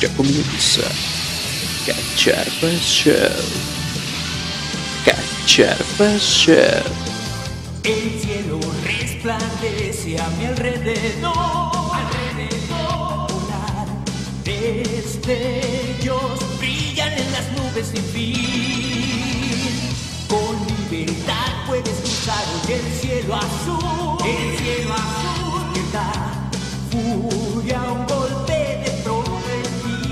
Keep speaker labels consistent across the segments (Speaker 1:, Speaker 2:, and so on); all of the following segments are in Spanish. Speaker 1: Ya comienza Cacharpa Show. Cacharpa Show.
Speaker 2: El cielo resplandece a mi alrededor, alrededor polar. Destellos brillan en las nubes sin fin. Con libertad puedes cruzar hoy el cielo azul, el cielo azul. Despierta, furia, un golpe de pronto en ti.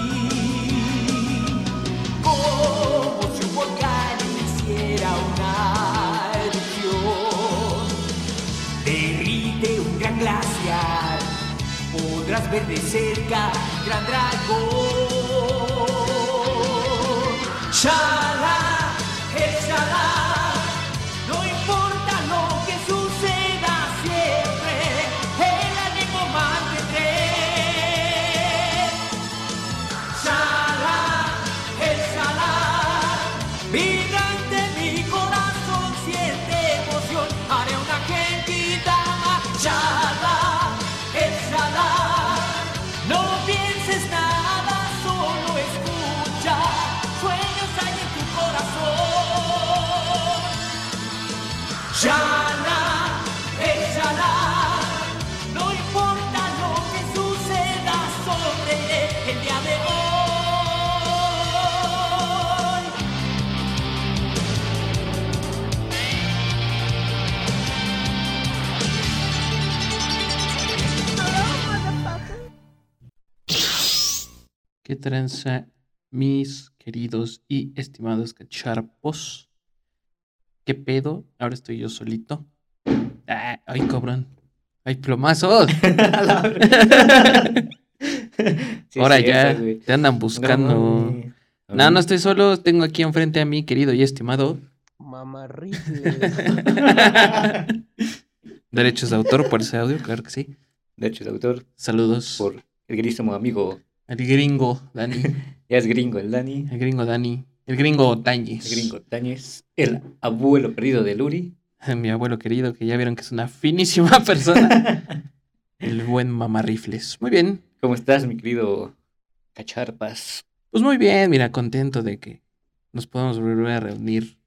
Speaker 2: Como si un volcán hiciera una erupción Derrite un gran glaciar Podrás ver de cerca gran dragón Shala, el Shala No importa lo que suceda siempre El ánimo mantendré Salah, el Salah, vibrante mi corazón, siente emoción, haré una gentita. Salah, el Salah, eh, no pienses nada, solo escucha, sueños hay en tu corazón. Salah, el Salah, eh, no importa lo que suceda sobre el día de hoy.
Speaker 3: ¿Qué tranza, mis queridos y estimados cacharpos? ¿Qué pedo? Ahora estoy yo solito. Ah, ¡Ay, cabrón! ¡Ay, plomazos!
Speaker 4: Sí,
Speaker 3: Ahora
Speaker 4: es
Speaker 3: ya
Speaker 4: cierto, güey.
Speaker 3: te andan
Speaker 4: No,
Speaker 3: buscando.
Speaker 4: mami.
Speaker 3: No, no estoy solo. Tengo aquí enfrente a mi querido y estimado.
Speaker 5: Mamarrible.
Speaker 3: Derechos de autor por ese audio, claro que sí.
Speaker 4: De hecho, el autor,
Speaker 3: Saludos
Speaker 4: por el grisimo amigo,
Speaker 3: al gringo Dani.
Speaker 4: ya es gringo el Dani,
Speaker 3: El gringo Dani. El gringo Tañez.
Speaker 4: el gringo Tañez, el abuelo perdido de Luri.
Speaker 3: Mi abuelo querido, que ya vieron que es una finísima persona. El buen mamarrifles. Muy bien.
Speaker 4: ¿Cómo estás, mi querido Cacharpas?
Speaker 3: Pues muy bien, mira, contento de que nos podamos volver a reunir.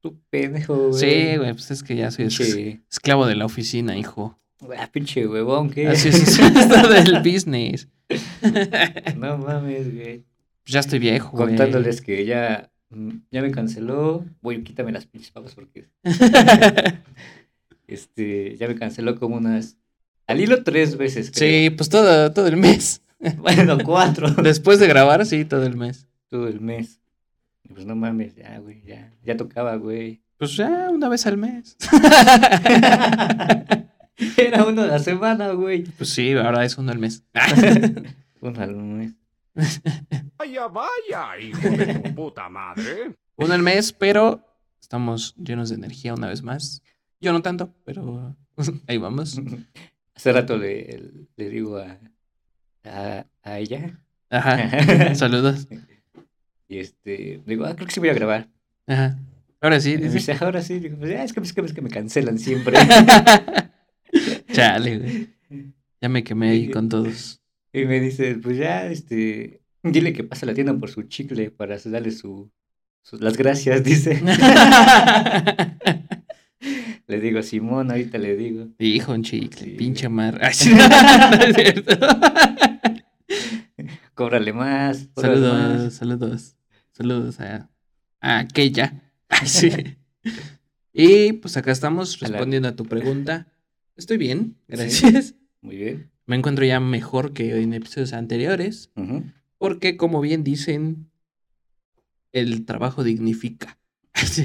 Speaker 4: Tu pendejo, güey.
Speaker 3: Sí, güey, pues es que ya soy es-
Speaker 4: Pinche,
Speaker 3: esclavo de la oficina, hijo.
Speaker 4: ah, pinche huevón, ¿qué?
Speaker 3: Así es, esto del business.
Speaker 4: No mames, güey.
Speaker 3: Pues ya estoy viejo, güey.
Speaker 4: Contándoles que ya, mm, ya me canceló. Voy, quítame las pinches papas porque este, ya me canceló como unas. Al hilo tres veces. creo.
Speaker 3: sí, pues todo, todo el mes.
Speaker 4: Bueno, cuatro.
Speaker 3: Después de grabar, sí, todo el mes.
Speaker 4: todo el mes. Y Pues no mames, ya, güey, ya, ya tocaba, güey.
Speaker 3: Pues ya, una vez al mes.
Speaker 4: Era uno a la semana, güey.
Speaker 3: Pues sí, ahora es uno al mes.
Speaker 4: Uno al mes.
Speaker 5: Vaya, vaya, hijo de tu puta madre.
Speaker 3: Uno al mes, pero estamos llenos de energía una vez más. Yo no tanto, pero ahí vamos.
Speaker 4: Hace rato le, le digo a, a, a ella.
Speaker 3: Ajá. Saludos.
Speaker 4: Y este, digo, ah, creo que sí voy a grabar.
Speaker 3: Ajá. Ahora sí,
Speaker 4: Y me
Speaker 3: dices.
Speaker 4: dice, ahora sí. Digo, pues, ah, es, que, es, que, es que me cancelan siempre.
Speaker 3: Chale, güey. Ya me quemé ahí con todos.
Speaker 4: y me dice, pues ya, este, dile que pase a la tienda por su chicle para darle su, su- las gracias, dice. le digo, Simón, ahorita le digo.
Speaker 3: Hijo, un chicle,
Speaker 4: Sí,
Speaker 3: pinche mar. Ay, sí, no, no es cierto.
Speaker 4: Cóbrale más. cóbrale más.
Speaker 3: saludos, saludos. Saludos a, a aquella. Ay, sí. Y pues acá estamos
Speaker 4: A la-
Speaker 3: respondiendo a tu pregunta. Estoy bien, gracias.
Speaker 4: Muy bien.
Speaker 3: Me encuentro ya mejor que en episodios anteriores,
Speaker 4: Ujú.
Speaker 3: porque como bien dicen, el trabajo dignifica. Sí.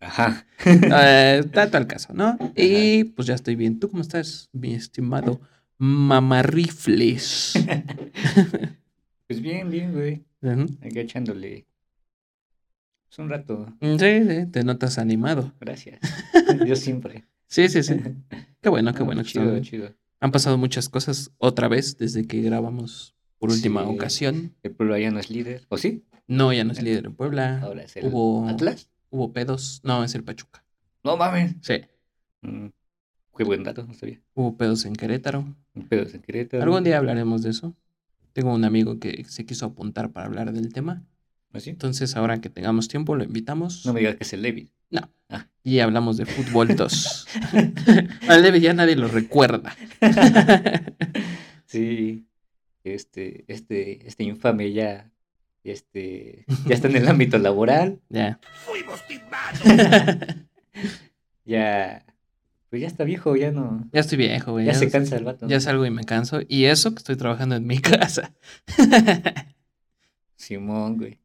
Speaker 4: Ajá.
Speaker 3: Eh, Tanto al caso, ¿no? Y pues ya estoy bien. ¿Tú cómo estás, mi estimado mamarrifles?
Speaker 4: Pues bien, bien, güey.
Speaker 3: Ujú.
Speaker 4: Aquí echándole. Pues un rato.
Speaker 3: sí, sí, te notas animado.
Speaker 4: Gracias. Yo siempre.
Speaker 3: Sí, sí, sí. Qué bueno, qué
Speaker 4: Ah,
Speaker 3: bueno. que
Speaker 4: Chido,
Speaker 3: estamos.
Speaker 4: chido.
Speaker 3: Han pasado muchas cosas otra vez desde que grabamos por última
Speaker 4: Sí.
Speaker 3: ocasión.
Speaker 4: El pueblo ya no es líder. ¿O sí?
Speaker 3: No, ya no es líder en Puebla.
Speaker 4: Ahora es el
Speaker 3: Hubo-
Speaker 4: Atlas.
Speaker 3: Hubo pedos. No, es el Pachuca.
Speaker 4: No mames.
Speaker 3: Sí.
Speaker 4: Mm, Qué buen dato, no sabía.
Speaker 3: Hubo pedos en Querétaro.
Speaker 4: Pedos en Querétaro.
Speaker 3: Algún día hablaremos de eso. Tengo un amigo que se quiso apuntar para hablar del tema.
Speaker 4: ¿Así?
Speaker 3: Entonces, ahora que tengamos tiempo, lo invitamos.
Speaker 4: ¿Ah, No me digas que es el Levi.
Speaker 3: Y hablamos de fútbol 2. Al Leve ya nadie lo recuerda.
Speaker 4: Sí. Este, este, este infame ya, este, ya está en el ámbito laboral.
Speaker 3: ya.
Speaker 5: Fuimos timados.
Speaker 3: ya
Speaker 4: Ya, pues ya está viejo, ya no.
Speaker 3: estoy viejo, güey.
Speaker 4: Ya se cansa el vato.
Speaker 3: Ya salgo y me canso. Y eso que estoy trabajando en mi casa.
Speaker 4: Simón, güey.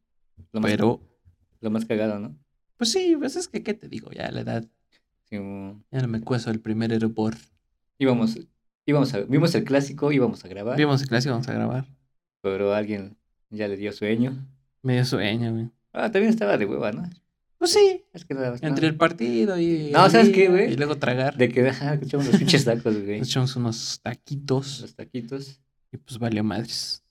Speaker 4: Lo más,
Speaker 3: Pero,
Speaker 4: lo más cagado, ¿no?
Speaker 3: pues sí, pues es que, ¿qué te digo? Ya la edad,
Speaker 4: Simón.
Speaker 3: ya no me cueso el primer hervor.
Speaker 4: Íbamos, íbamos a, vimos el clásico, íbamos a grabar,
Speaker 3: Vimos el clásico, vamos a grabar.
Speaker 4: pero alguien ya le dio sueño.
Speaker 3: Me dio sueño, güey.
Speaker 4: Ah, también estaba de hueva, ¿no?
Speaker 3: Pues sí,
Speaker 4: Es que nada más, ¿no?
Speaker 3: entre el partido y.
Speaker 4: No,
Speaker 3: el
Speaker 4: ¿sabes
Speaker 3: día,
Speaker 4: qué, güey?
Speaker 3: Y luego tragar.
Speaker 4: De que ajá, que Pues echamos los pinches tacos, güey.
Speaker 3: Nos echamos unos taquitos
Speaker 4: Los taquitos.
Speaker 3: y pues valió madres.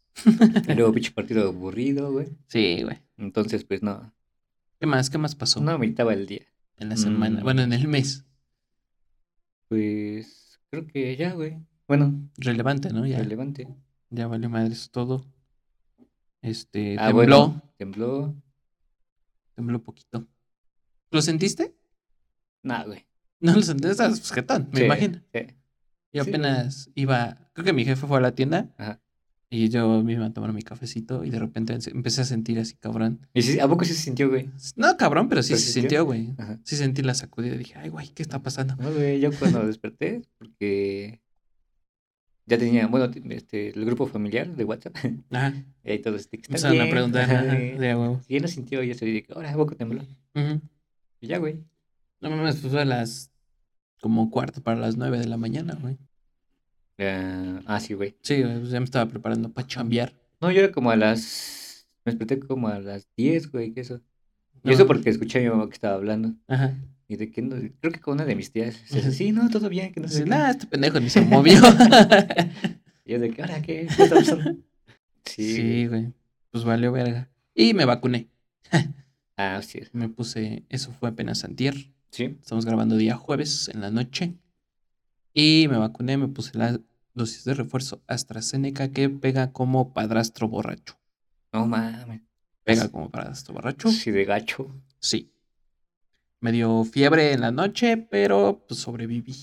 Speaker 4: Y luego pinche partido aburrido, güey.
Speaker 3: Sí, güey.
Speaker 4: Entonces, pues no,
Speaker 3: ¿Qué más? ¿Qué más pasó
Speaker 4: no mitaba el día.
Speaker 3: en la semana?
Speaker 4: Mm.
Speaker 3: Bueno, en el mes.
Speaker 4: Pues creo que ya, güey. Bueno,
Speaker 3: Relevante, ¿no? Ya,
Speaker 4: relevante.
Speaker 3: ya valió madres todo. Este,
Speaker 4: Ah,
Speaker 3: tembló,
Speaker 4: bueno, tembló.
Speaker 3: tembló poquito. ¿Lo sentiste?
Speaker 4: Nah, güey.
Speaker 3: No lo sentiste, estás sujetón, me
Speaker 4: Sí,
Speaker 3: imagino.
Speaker 4: sí.
Speaker 3: Yo
Speaker 4: Sí.
Speaker 3: apenas iba, creo que mi jefe fue a la tienda
Speaker 4: Ajá.
Speaker 3: y yo me iba a tomar mi cafecito y de repente empecé a sentir así, cabrón.
Speaker 4: ¿Y sí- ¿A poco sí se sintió, güey?
Speaker 3: No, cabrón, pero sí
Speaker 4: ¿Pero
Speaker 3: se
Speaker 4: sintió?
Speaker 3: sintió, güey.
Speaker 4: Ajá.
Speaker 3: Sí sentí la sacudida. Dije, ay, güey, ¿qué está pasando?
Speaker 4: No, güey, yo cuando desperté, porque ya tenía, bueno, te- este, el grupo familiar de WhatsApp,
Speaker 3: Ajá.
Speaker 4: y ahí todos este, que está
Speaker 3: Empezaron a
Speaker 4: bien,
Speaker 3: preguntar.
Speaker 4: ajá,
Speaker 3: ajá,
Speaker 4: güey.
Speaker 3: de a huevo.
Speaker 4: Y él lo sintió y yo se dije, ahora, ¿a poco tembló?
Speaker 3: Ujú.
Speaker 4: Y ya, güey.
Speaker 3: No mames, pues fue a las como cuarto para las nueve de la mañana, güey.
Speaker 4: Ah, ah, sí, güey.
Speaker 3: Sí, güey, pues ya me estaba preparando para chambear.
Speaker 4: No, yo era como a las, me desperté como a las 10, güey, que eso. Y
Speaker 3: No
Speaker 4: eso
Speaker 3: mames.
Speaker 4: porque escuché a mi mamá que estaba hablando.
Speaker 3: Ajá.
Speaker 4: Y de que no, creo que con una de mis tías. se
Speaker 3: Ajá.
Speaker 4: dice, sí, no, todo bien, que no sé
Speaker 3: Entonces,
Speaker 4: qué".
Speaker 3: nada, este pendejo ni se movió.
Speaker 4: Y yo de que, ahora, ¿qué? ¿Qué está pasando?". Sí.
Speaker 3: sí, güey. Pues valió verga. Y me vacuné.
Speaker 4: Ah, sí.
Speaker 3: Me puse, eso fue apenas antier.
Speaker 4: Sí.
Speaker 3: Estamos grabando día jueves en la noche. Y me vacuné, me puse la dosis de refuerzo AstraZeneca que pega como padrastro borracho.
Speaker 4: No mames.
Speaker 3: Pega como padrastro borracho.
Speaker 4: Sí, de gacho.
Speaker 3: Sí. Me dio fiebre en la noche, pero pues sobreviví.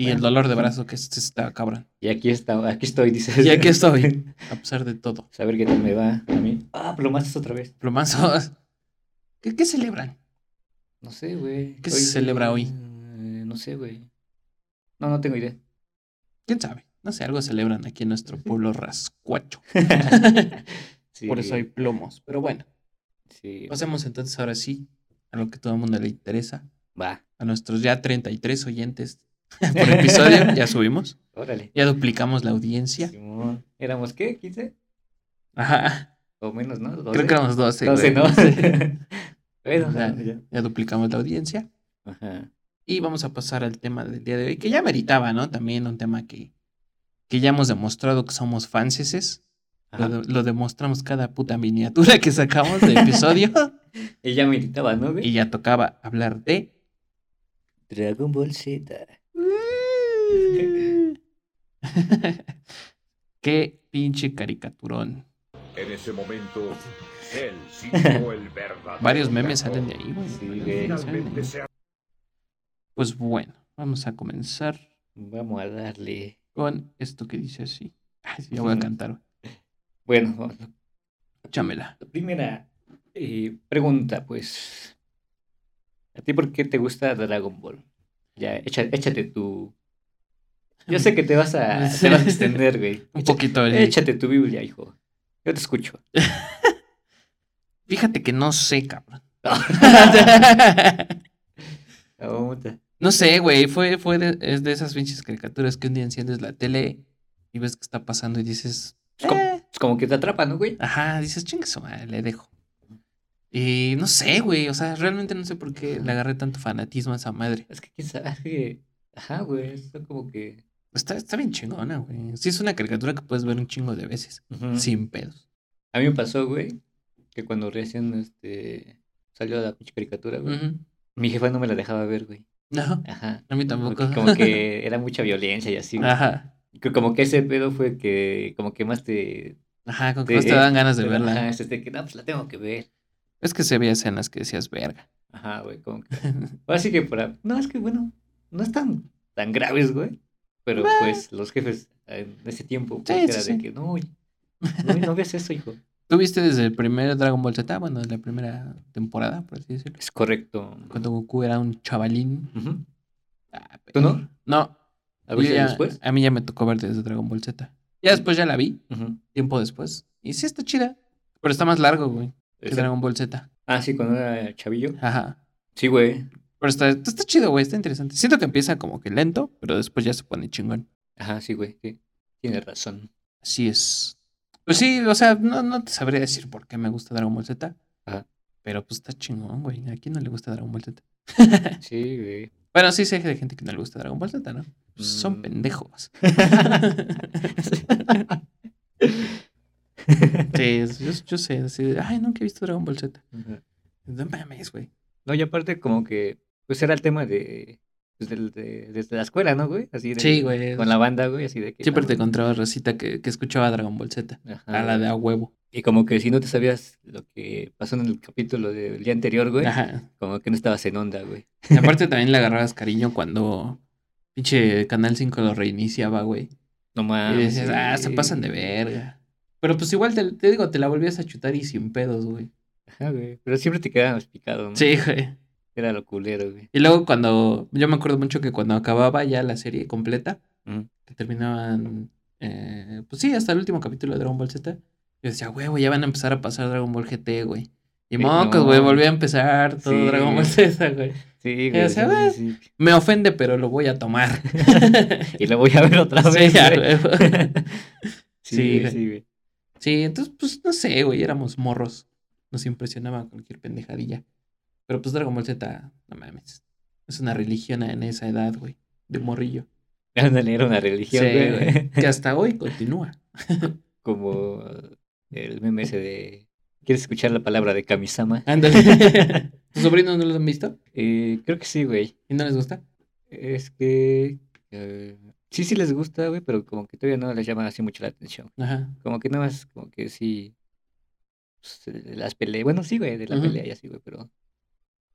Speaker 3: Y el
Speaker 4: Bueno.
Speaker 3: dolor de brazo que este está cabrón.
Speaker 4: Y aquí está, aquí estoy, dices.
Speaker 3: Y aquí estoy, a pesar de todo.
Speaker 4: Saber qué tal me va a mí. Ah, plomazos otra vez.
Speaker 3: Plomazos. ¿Qué, qué celebran?
Speaker 4: No sé, güey.
Speaker 3: ¿Qué se celebra hoy?
Speaker 4: eh, no sé, güey. No, no tengo idea.
Speaker 3: ¿Quién sabe? No sé, algo celebran aquí en nuestro pueblo rascuacho.
Speaker 4: Sí,
Speaker 3: Por eso hay plomos. Pero bueno,
Speaker 4: Sí.
Speaker 3: pasemos entonces ahora sí a lo que todo el mundo le interesa.
Speaker 4: Va.
Speaker 3: A nuestros ya 33 oyentes por episodio. ya subimos.
Speaker 4: Órale.
Speaker 3: Ya duplicamos la audiencia.
Speaker 4: Simón. ¿Éramos qué? ¿15?
Speaker 3: Ajá.
Speaker 4: O menos, ¿no?
Speaker 3: Creo que éramos 12. güey.
Speaker 4: 12, ¿no? bueno,
Speaker 3: Ya,
Speaker 4: ya.
Speaker 3: ya duplicamos la audiencia.
Speaker 4: Ajá.
Speaker 3: Y vamos a pasar al tema del día de hoy, que ya meritaba, ¿no? También un tema que, que ya hemos demostrado que somos fanses. Lo,
Speaker 4: Ajá.
Speaker 3: de- lo demostramos cada puta miniatura que sacamos de episodio.
Speaker 4: Y ya meditaba, ¿no, güey?
Speaker 3: y ya tocaba hablar de.
Speaker 4: Dragon Ball Z. Mm.
Speaker 3: Qué pinche caricaturón.
Speaker 5: En ese momento, Cell sintió el verdadero.
Speaker 3: Varios memes
Speaker 5: terror.
Speaker 3: salen de ahí, güey.
Speaker 4: Sí,
Speaker 3: Varios memes
Speaker 4: güey.
Speaker 3: salen de
Speaker 5: Finalmente
Speaker 3: ahí.
Speaker 5: se
Speaker 3: Pues bueno, vamos a comenzar
Speaker 4: Vamos a darle.
Speaker 3: con esto que dice así. Ay, sí, ya voy a cantar. güey.
Speaker 4: Bueno, vamos.
Speaker 3: Échamela.
Speaker 4: La primera eh, pregunta, pues. ¿A ti por qué te gusta Dragon Ball? Ya, echa- échate tu. Yo sé que te vas a, te vas a extender, güey.
Speaker 3: Un
Speaker 4: Echa-
Speaker 3: poquito. de-
Speaker 4: Échate tu Biblia, hijo. Yo te escucho.
Speaker 3: Fíjate que no sé, cabrón.
Speaker 4: Ah, Aguanta.
Speaker 3: no sé, güey. Fue, fue de, es de esas pinches caricaturas que un día enciendes la tele y ves que está pasando y dices,
Speaker 4: Es como,
Speaker 3: "Eh".
Speaker 4: es como que te atrapa, ¿no, güey?
Speaker 3: ajá, dices, chingue su madre, le dejo. Y no sé, güey. O sea, realmente no sé por qué le agarré tanto fanatismo a esa madre.
Speaker 4: Es que quién sabe. es que- Ajá, güey. Es como que.
Speaker 3: Está, está bien chingona, güey. Sí, es una caricatura que puedes ver un chingo de veces.
Speaker 4: Ujú.
Speaker 3: Sin pedos.
Speaker 4: A mí me pasó, güey, que cuando recién este, salió la pinche caricatura, güey,
Speaker 3: Ujú.
Speaker 4: mi jefa no me la dejaba ver, güey.
Speaker 3: No,
Speaker 4: Ajá.
Speaker 3: a mí
Speaker 4: Porque
Speaker 3: tampoco. Ah.
Speaker 4: como que era mucha violencia y así, güey.
Speaker 3: Ajá.
Speaker 4: Que Como que ese pedo fue que como que más te...
Speaker 3: Ajá, con que
Speaker 4: te-
Speaker 3: más te dan ganas de
Speaker 4: te-
Speaker 3: verla.
Speaker 4: Ajá, es de que, no, pues la tengo que ver.
Speaker 3: Es que se veía escenas que decías verga.
Speaker 4: Ajá, güey, como que... Ahora sí que para... No, es que bueno, no están tan graves, güey. Pero pues los jefes en ese tiempo pues,
Speaker 3: Sí, sí,
Speaker 4: era
Speaker 3: sí.
Speaker 4: de que no, oye, no, no veas eso, hijo.
Speaker 3: ¿Tú viste desde el primer Dragon Ball Z? Bueno, la primera temporada, por así decirlo.
Speaker 4: Es correcto.
Speaker 3: Cuando Goku era un chavalín.
Speaker 4: Ujú.
Speaker 3: Ah,
Speaker 4: ¿Tú no?
Speaker 3: No.
Speaker 4: ¿Algo
Speaker 3: yo ya-
Speaker 4: después?
Speaker 3: A mí ya me tocó ver desde Dragon Ball Z. Ya después ya la vi,
Speaker 4: Ujú.
Speaker 3: tiempo después. Y sí está chida. Pero está más largo, güey, que
Speaker 4: Ese-
Speaker 3: Dragon Ball Z.
Speaker 4: Ah, sí, cuando era chavillo.
Speaker 3: Ajá.
Speaker 4: Sí, güey.
Speaker 3: Pero está, está chido, güey, está interesante. Siento que empieza como que lento, pero después ya se pone chingón.
Speaker 4: Ajá, sí, güey. Sí. Tienes razón.
Speaker 3: Así es. Pues sí, o sea, no, no te sabría decir por qué me gusta Dragon Ball Z.
Speaker 4: Ajá.
Speaker 3: Pero pues está chingón, güey. ¿A quién no le gusta Dragon Ball Z?
Speaker 4: Sí, güey.
Speaker 3: Bueno, sí sé que hay gente que no le gusta Dragon Ball Z, ¿no? Pues, Son
Speaker 4: Mm.
Speaker 3: pendejos. sí, yo, yo sé. Así, de, Ay, nunca he visto Dragon Ball Z.
Speaker 4: Ujú.
Speaker 3: No mames, güey.
Speaker 4: No, y aparte como que, pues era el tema de, pues, del- de- desde la escuela, ¿no, güey? Así de,
Speaker 3: Sí, güey.
Speaker 4: Con la banda, güey, así de que...
Speaker 3: Siempre te encontraba Rosita que, que escuchaba Dragon Ball Z.
Speaker 4: Ajá.
Speaker 3: A la de a huevo.
Speaker 4: Y como que si no te sabías lo que pasó en el capítulo del día anterior, güey,
Speaker 3: Ajá.
Speaker 4: como que no estabas en onda, güey.
Speaker 3: Y aparte también le agarrabas cariño cuando pinche Canal 5 lo reiniciaba, güey.
Speaker 4: No
Speaker 3: Y
Speaker 4: mames.
Speaker 3: decías, ah, se
Speaker 4: güey".
Speaker 3: pasan de verga. Pero pues igual te, te digo, te la volvías a chutar y sin pedos, güey.
Speaker 4: Ajá, güey. Pero siempre te quedabas picado, ¿no?
Speaker 3: Sí, güey.
Speaker 4: Era lo culero, güey.
Speaker 3: Y luego cuando, yo me acuerdo mucho que cuando acababa ya la serie completa,
Speaker 4: Ujú.
Speaker 3: que terminaban, eh, pues sí, hasta el último capítulo de Dragon Ball Z, yo decía, güey, güey, ya van a empezar a pasar Dragon Ball GT, güey. Y
Speaker 4: Eh,
Speaker 3: mocos,
Speaker 4: no.
Speaker 3: güey, volví a empezar todo
Speaker 4: Sí,
Speaker 3: Dragon Ball
Speaker 4: güey.
Speaker 3: Z, güey.
Speaker 4: Sí, güey. sí,
Speaker 3: ¿sabes?
Speaker 4: sí, sí.
Speaker 3: Me ofende, pero lo voy a tomar.
Speaker 4: Y lo voy a ver otra
Speaker 3: Sí,
Speaker 4: vez,
Speaker 3: a
Speaker 4: güey.
Speaker 3: huevo.
Speaker 4: Sí,
Speaker 3: Sí,
Speaker 4: güey,
Speaker 3: güey.
Speaker 4: sí, güey.
Speaker 3: Sí, entonces, pues no sé, güey, éramos morros. Nos impresionaba cualquier pendejadilla. Pero pues Dragon Ball Z, no mames. Es una religión en esa edad, güey. De morrillo.
Speaker 4: Ándale, era una
Speaker 3: Sí,
Speaker 4: religión,
Speaker 3: güey.
Speaker 4: güey.
Speaker 3: Que hasta hoy continúa.
Speaker 4: Como el meme ese de... ¿Quieres escuchar la palabra de Kamisama?
Speaker 3: Ándale. ¿Tus sobrinos no los han visto?
Speaker 4: Eh, creo que sí, güey.
Speaker 3: ¿Y no les gusta?
Speaker 4: Es que... eh, sí, sí les gusta, güey, pero como que todavía no les llama así mucho la atención.
Speaker 3: Ajá.
Speaker 4: Como que nada más, como que sí... pues, de las peleas... Bueno, sí, güey, de la
Speaker 3: Ujú.
Speaker 4: pelea y así, güey, pero...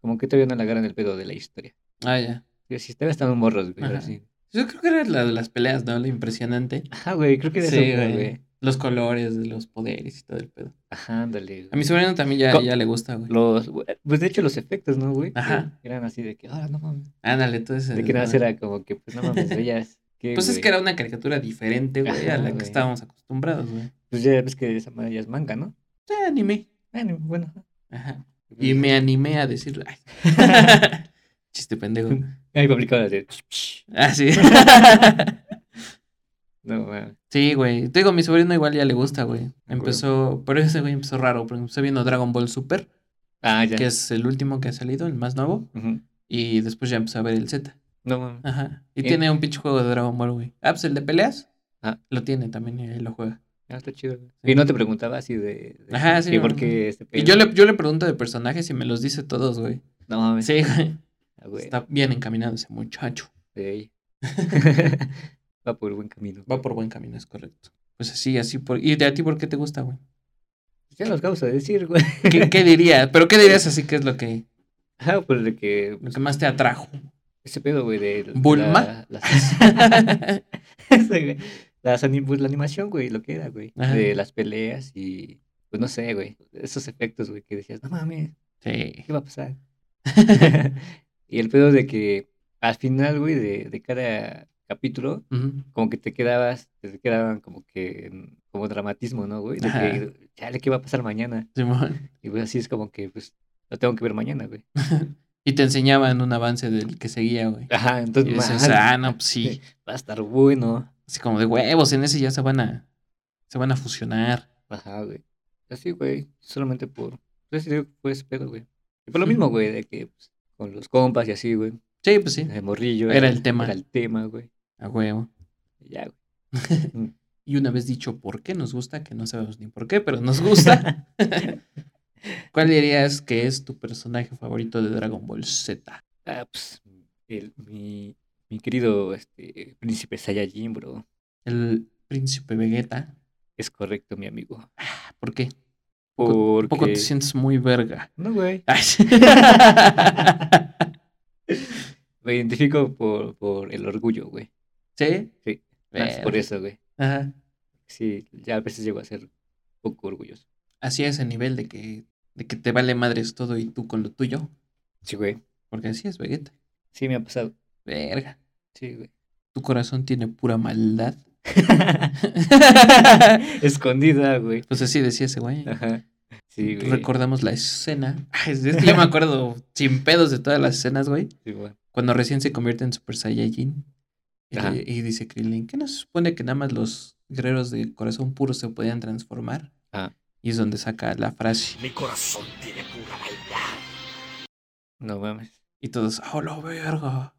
Speaker 4: Como que todavía no le agarran el pedo de la historia.
Speaker 3: Ah, ya.
Speaker 4: Pero sí, todavía están morros, güey,
Speaker 3: Ajá.
Speaker 4: así.
Speaker 3: Yo creo que era la de las peleas, ¿no? Lo impresionante.
Speaker 4: Ajá, güey, creo que era
Speaker 3: Sí,
Speaker 4: eso, güey,
Speaker 3: güey.
Speaker 4: güey.
Speaker 3: Los colores, los poderes y todo el pedo.
Speaker 4: Ajá, ándale,
Speaker 3: A mi
Speaker 4: güey.
Speaker 3: sobrino también ya,
Speaker 4: Co-
Speaker 3: ya le gusta, güey.
Speaker 4: Los, pues de hecho los efectos, ¿no, güey?
Speaker 3: Ajá.
Speaker 4: Eran así de que, ah, no mames.
Speaker 3: Ándale, todo ese
Speaker 4: De que nada más
Speaker 3: desmadre.
Speaker 4: era como que, pues no mames, veías. que,
Speaker 3: Pues es
Speaker 4: güey,
Speaker 3: que era una caricatura diferente, güey, a
Speaker 4: Ajá,
Speaker 3: la que
Speaker 4: güey.
Speaker 3: estábamos acostumbrados, güey.
Speaker 4: Pues ya ves que esa madre ya es manga, ¿no?
Speaker 3: Sí, anime.
Speaker 4: Bueno, bueno. ajá.
Speaker 3: Ajá. Y me animé a decir. ay. Chiste pendejo.
Speaker 4: Ahí publicaban las de.
Speaker 3: Ah, sí.
Speaker 4: No mames.
Speaker 3: sí, güey. Te digo, mi sobrino igual ya le gusta, güey.
Speaker 4: Ah,
Speaker 3: Empezó. Pero ese güey empezó raro, porque empezó viendo Dragon Ball Super,
Speaker 4: Ah, ya.
Speaker 3: que es el último que ha salido, el más nuevo.
Speaker 4: Ujú.
Speaker 3: Y después ya empezó a ver el Z.
Speaker 4: No mames.
Speaker 3: Ajá. Y
Speaker 4: Eh.
Speaker 3: tiene un pinche juego de Dragon Ball, güey. Ah, pues el de peleas.
Speaker 4: Ah.
Speaker 3: Lo tiene también y ahí lo juega.
Speaker 4: Ah, está chido. güey. Y no te preguntaba así de. de-
Speaker 3: Ajá, sí,
Speaker 4: ¿Y
Speaker 3: no,
Speaker 4: por
Speaker 3: no.
Speaker 4: qué este
Speaker 3: Y
Speaker 4: pedo?
Speaker 3: yo le, yo le pregunto de personajes y me los dice todos, güey.
Speaker 4: No mames.
Speaker 3: Sí, güey.
Speaker 4: Ah, Pues, güey.
Speaker 3: Está bien encaminado ese muchacho.
Speaker 4: de ahí. Va por buen camino.
Speaker 3: Va por buen camino, es correcto. Pues así, así por. ¿Y de a ti por qué te gusta, güey?
Speaker 4: Ya los acabas de decir, güey.
Speaker 3: ¿Qué, qué dirías? ¿Pero qué dirías así que es lo que,
Speaker 4: Ajá, pues de que.
Speaker 3: lo que más te atrajo?
Speaker 4: Ese pedo, güey, de. la-
Speaker 3: ¿Bulma?
Speaker 4: las- Ese, güey. Las ani- pues, la animación, güey, lo que era, güey.
Speaker 3: Ajá.
Speaker 4: De las peleas y, pues no sé, güey. Esos efectos, güey, que decías, no mames,
Speaker 3: sí.
Speaker 4: ¿qué va a pasar? y el pedo de que al final, güey, de, de cada capítulo,
Speaker 3: Ujú.
Speaker 4: como que te quedabas, te quedaban como que, en- como dramatismo, ¿no, güey? De
Speaker 3: Ajá.
Speaker 4: que, chale, ¿qué va a pasar mañana?
Speaker 3: Simón.
Speaker 4: Y pues así es como que, pues, lo tengo que ver mañana, güey.
Speaker 3: Y te enseñaban un avance del que seguía, güey.
Speaker 4: Ajá,
Speaker 3: Y
Speaker 4: entonces,
Speaker 3: dices,
Speaker 4: madre,
Speaker 3: ah, no, pues sí.
Speaker 4: va a estar bueno.
Speaker 3: Así como de huevos, en ese ya se van a. Se van a fusionar.
Speaker 4: Ajá, güey. Así, güey. Solamente por. Pues, sí, pues pedo, güey. Y por lo mismo, güey, de que pues, con los compas y así, güey.
Speaker 3: Sí, pues sí.
Speaker 4: El morrillo.
Speaker 3: Era el tema.
Speaker 4: Era el tema, güey.
Speaker 3: A huevo.
Speaker 4: y Ya, güey.
Speaker 3: Y una vez dicho por qué nos gusta, que no sabemos ni por qué, pero nos gusta. ¿Cuál dirías que es tu personaje favorito de Dragon Ball Z?
Speaker 4: Ah, pues. El, mi, mi querido este, príncipe Saiyajin, bro.
Speaker 3: el príncipe Vegeta.
Speaker 4: Es correcto, mi amigo.
Speaker 3: ¿Por qué? Poco-
Speaker 4: Porque...
Speaker 3: Poco te sientes muy verga.
Speaker 4: No, güey.
Speaker 3: Ay, sí.
Speaker 4: Me identifico por, por el orgullo, güey.
Speaker 3: ¿Sí?
Speaker 4: Sí. Más
Speaker 3: Verga.
Speaker 4: por eso, güey.
Speaker 3: Ajá.
Speaker 4: Sí, ya a veces llego a ser un poco orgulloso.
Speaker 3: Así a ese nivel de que, de que te vale madres todo y tú con lo tuyo.
Speaker 4: Sí, güey.
Speaker 3: Porque así es Vegeta.
Speaker 4: Sí, me ha pasado.
Speaker 3: Verga.
Speaker 4: Sí, güey.
Speaker 3: Tu corazón tiene pura maldad.
Speaker 4: Escondida, güey.
Speaker 3: Pues así decía ese güey.
Speaker 4: Ajá. Ah, Sí, güey.
Speaker 3: Recordamos la escena. Ay, es que yo me acuerdo sin pedos de todas las escenas, güey.
Speaker 4: Sí, güey.
Speaker 3: Cuando recién se convierte en Super Saiyajin. Y,
Speaker 4: Ajá.
Speaker 3: le- y dice Krillin, ¿qué no se supone que nada más los guerreros de corazón puro se podían transformar?
Speaker 4: Ajá.
Speaker 3: Y es donde saca la frase.
Speaker 5: Mi corazón tiene pura maldad.
Speaker 4: No mames.
Speaker 3: Y todos, ¡oh, lo verga!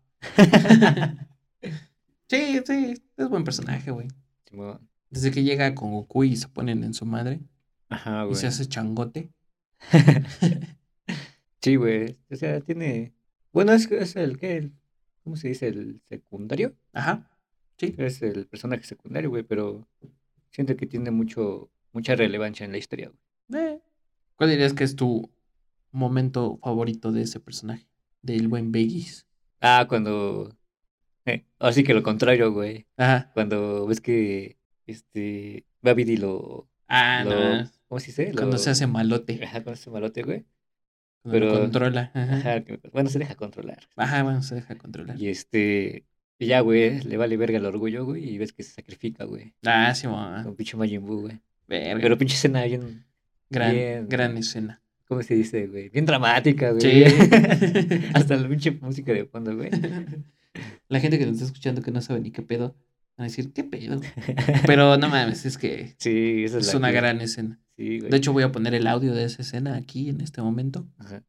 Speaker 3: sí, sí, es buen personaje, güey.
Speaker 4: Sí, güey.
Speaker 3: Desde que llega con Goku y se ponen en su madre
Speaker 4: Ajá,
Speaker 3: y
Speaker 4: Ah, güey.
Speaker 3: se hace changote.
Speaker 4: Sí, güey. O sea, tiene. Bueno, es, es el que. el- ¿Cómo se dice? El secundario.
Speaker 3: Ajá. Sí.
Speaker 4: Es el personaje secundario, güey, pero siento que tiene mucho, mucha relevancia en la historia, güey.
Speaker 3: Eh. ¿Cuál dirías que es tu momento favorito de ese personaje? Del buen Vegas.
Speaker 4: Ah, cuando. eh, ahora sí que lo contrario, güey.
Speaker 3: Ajá.
Speaker 4: Cuando ves que este. Babidi lo.
Speaker 3: Ah,
Speaker 4: lo-
Speaker 3: no.
Speaker 4: ¿Cómo se dice?
Speaker 3: Cuando
Speaker 4: Lo-
Speaker 3: se hace malote.
Speaker 4: Ajá, con ese malote, güey.
Speaker 3: Cuando lo
Speaker 4: pero-
Speaker 3: controla. Ajá.
Speaker 4: Ajá, que- bueno, se deja controlar.
Speaker 3: Ajá, bueno, se deja controlar.
Speaker 4: Y este. Y ya, güey, le vale verga el orgullo, güey, y ves que se sacrifica, güey.
Speaker 3: Ah, Eh, sí, mamá.
Speaker 4: Con pinche Majin Buu, güey.
Speaker 3: Verga.
Speaker 4: Pero pinche escena bien.
Speaker 3: gran,
Speaker 4: bien.
Speaker 3: gran escena.
Speaker 4: ¿Cómo se dice, güey? Bien dramática, güey.
Speaker 3: Sí.
Speaker 4: Hasta la pinche música de fondo, güey.
Speaker 3: La gente que nos está escuchando que no sabe ni qué pedo, van a decir, ¿qué pedo? Pero no mames, es que
Speaker 4: Sí, esa es,
Speaker 3: es
Speaker 4: la
Speaker 3: una
Speaker 4: que-
Speaker 3: gran escena.
Speaker 4: Sí, güey.
Speaker 3: De hecho, voy a poner el audio de esa escena aquí en este momento.
Speaker 4: Ajá.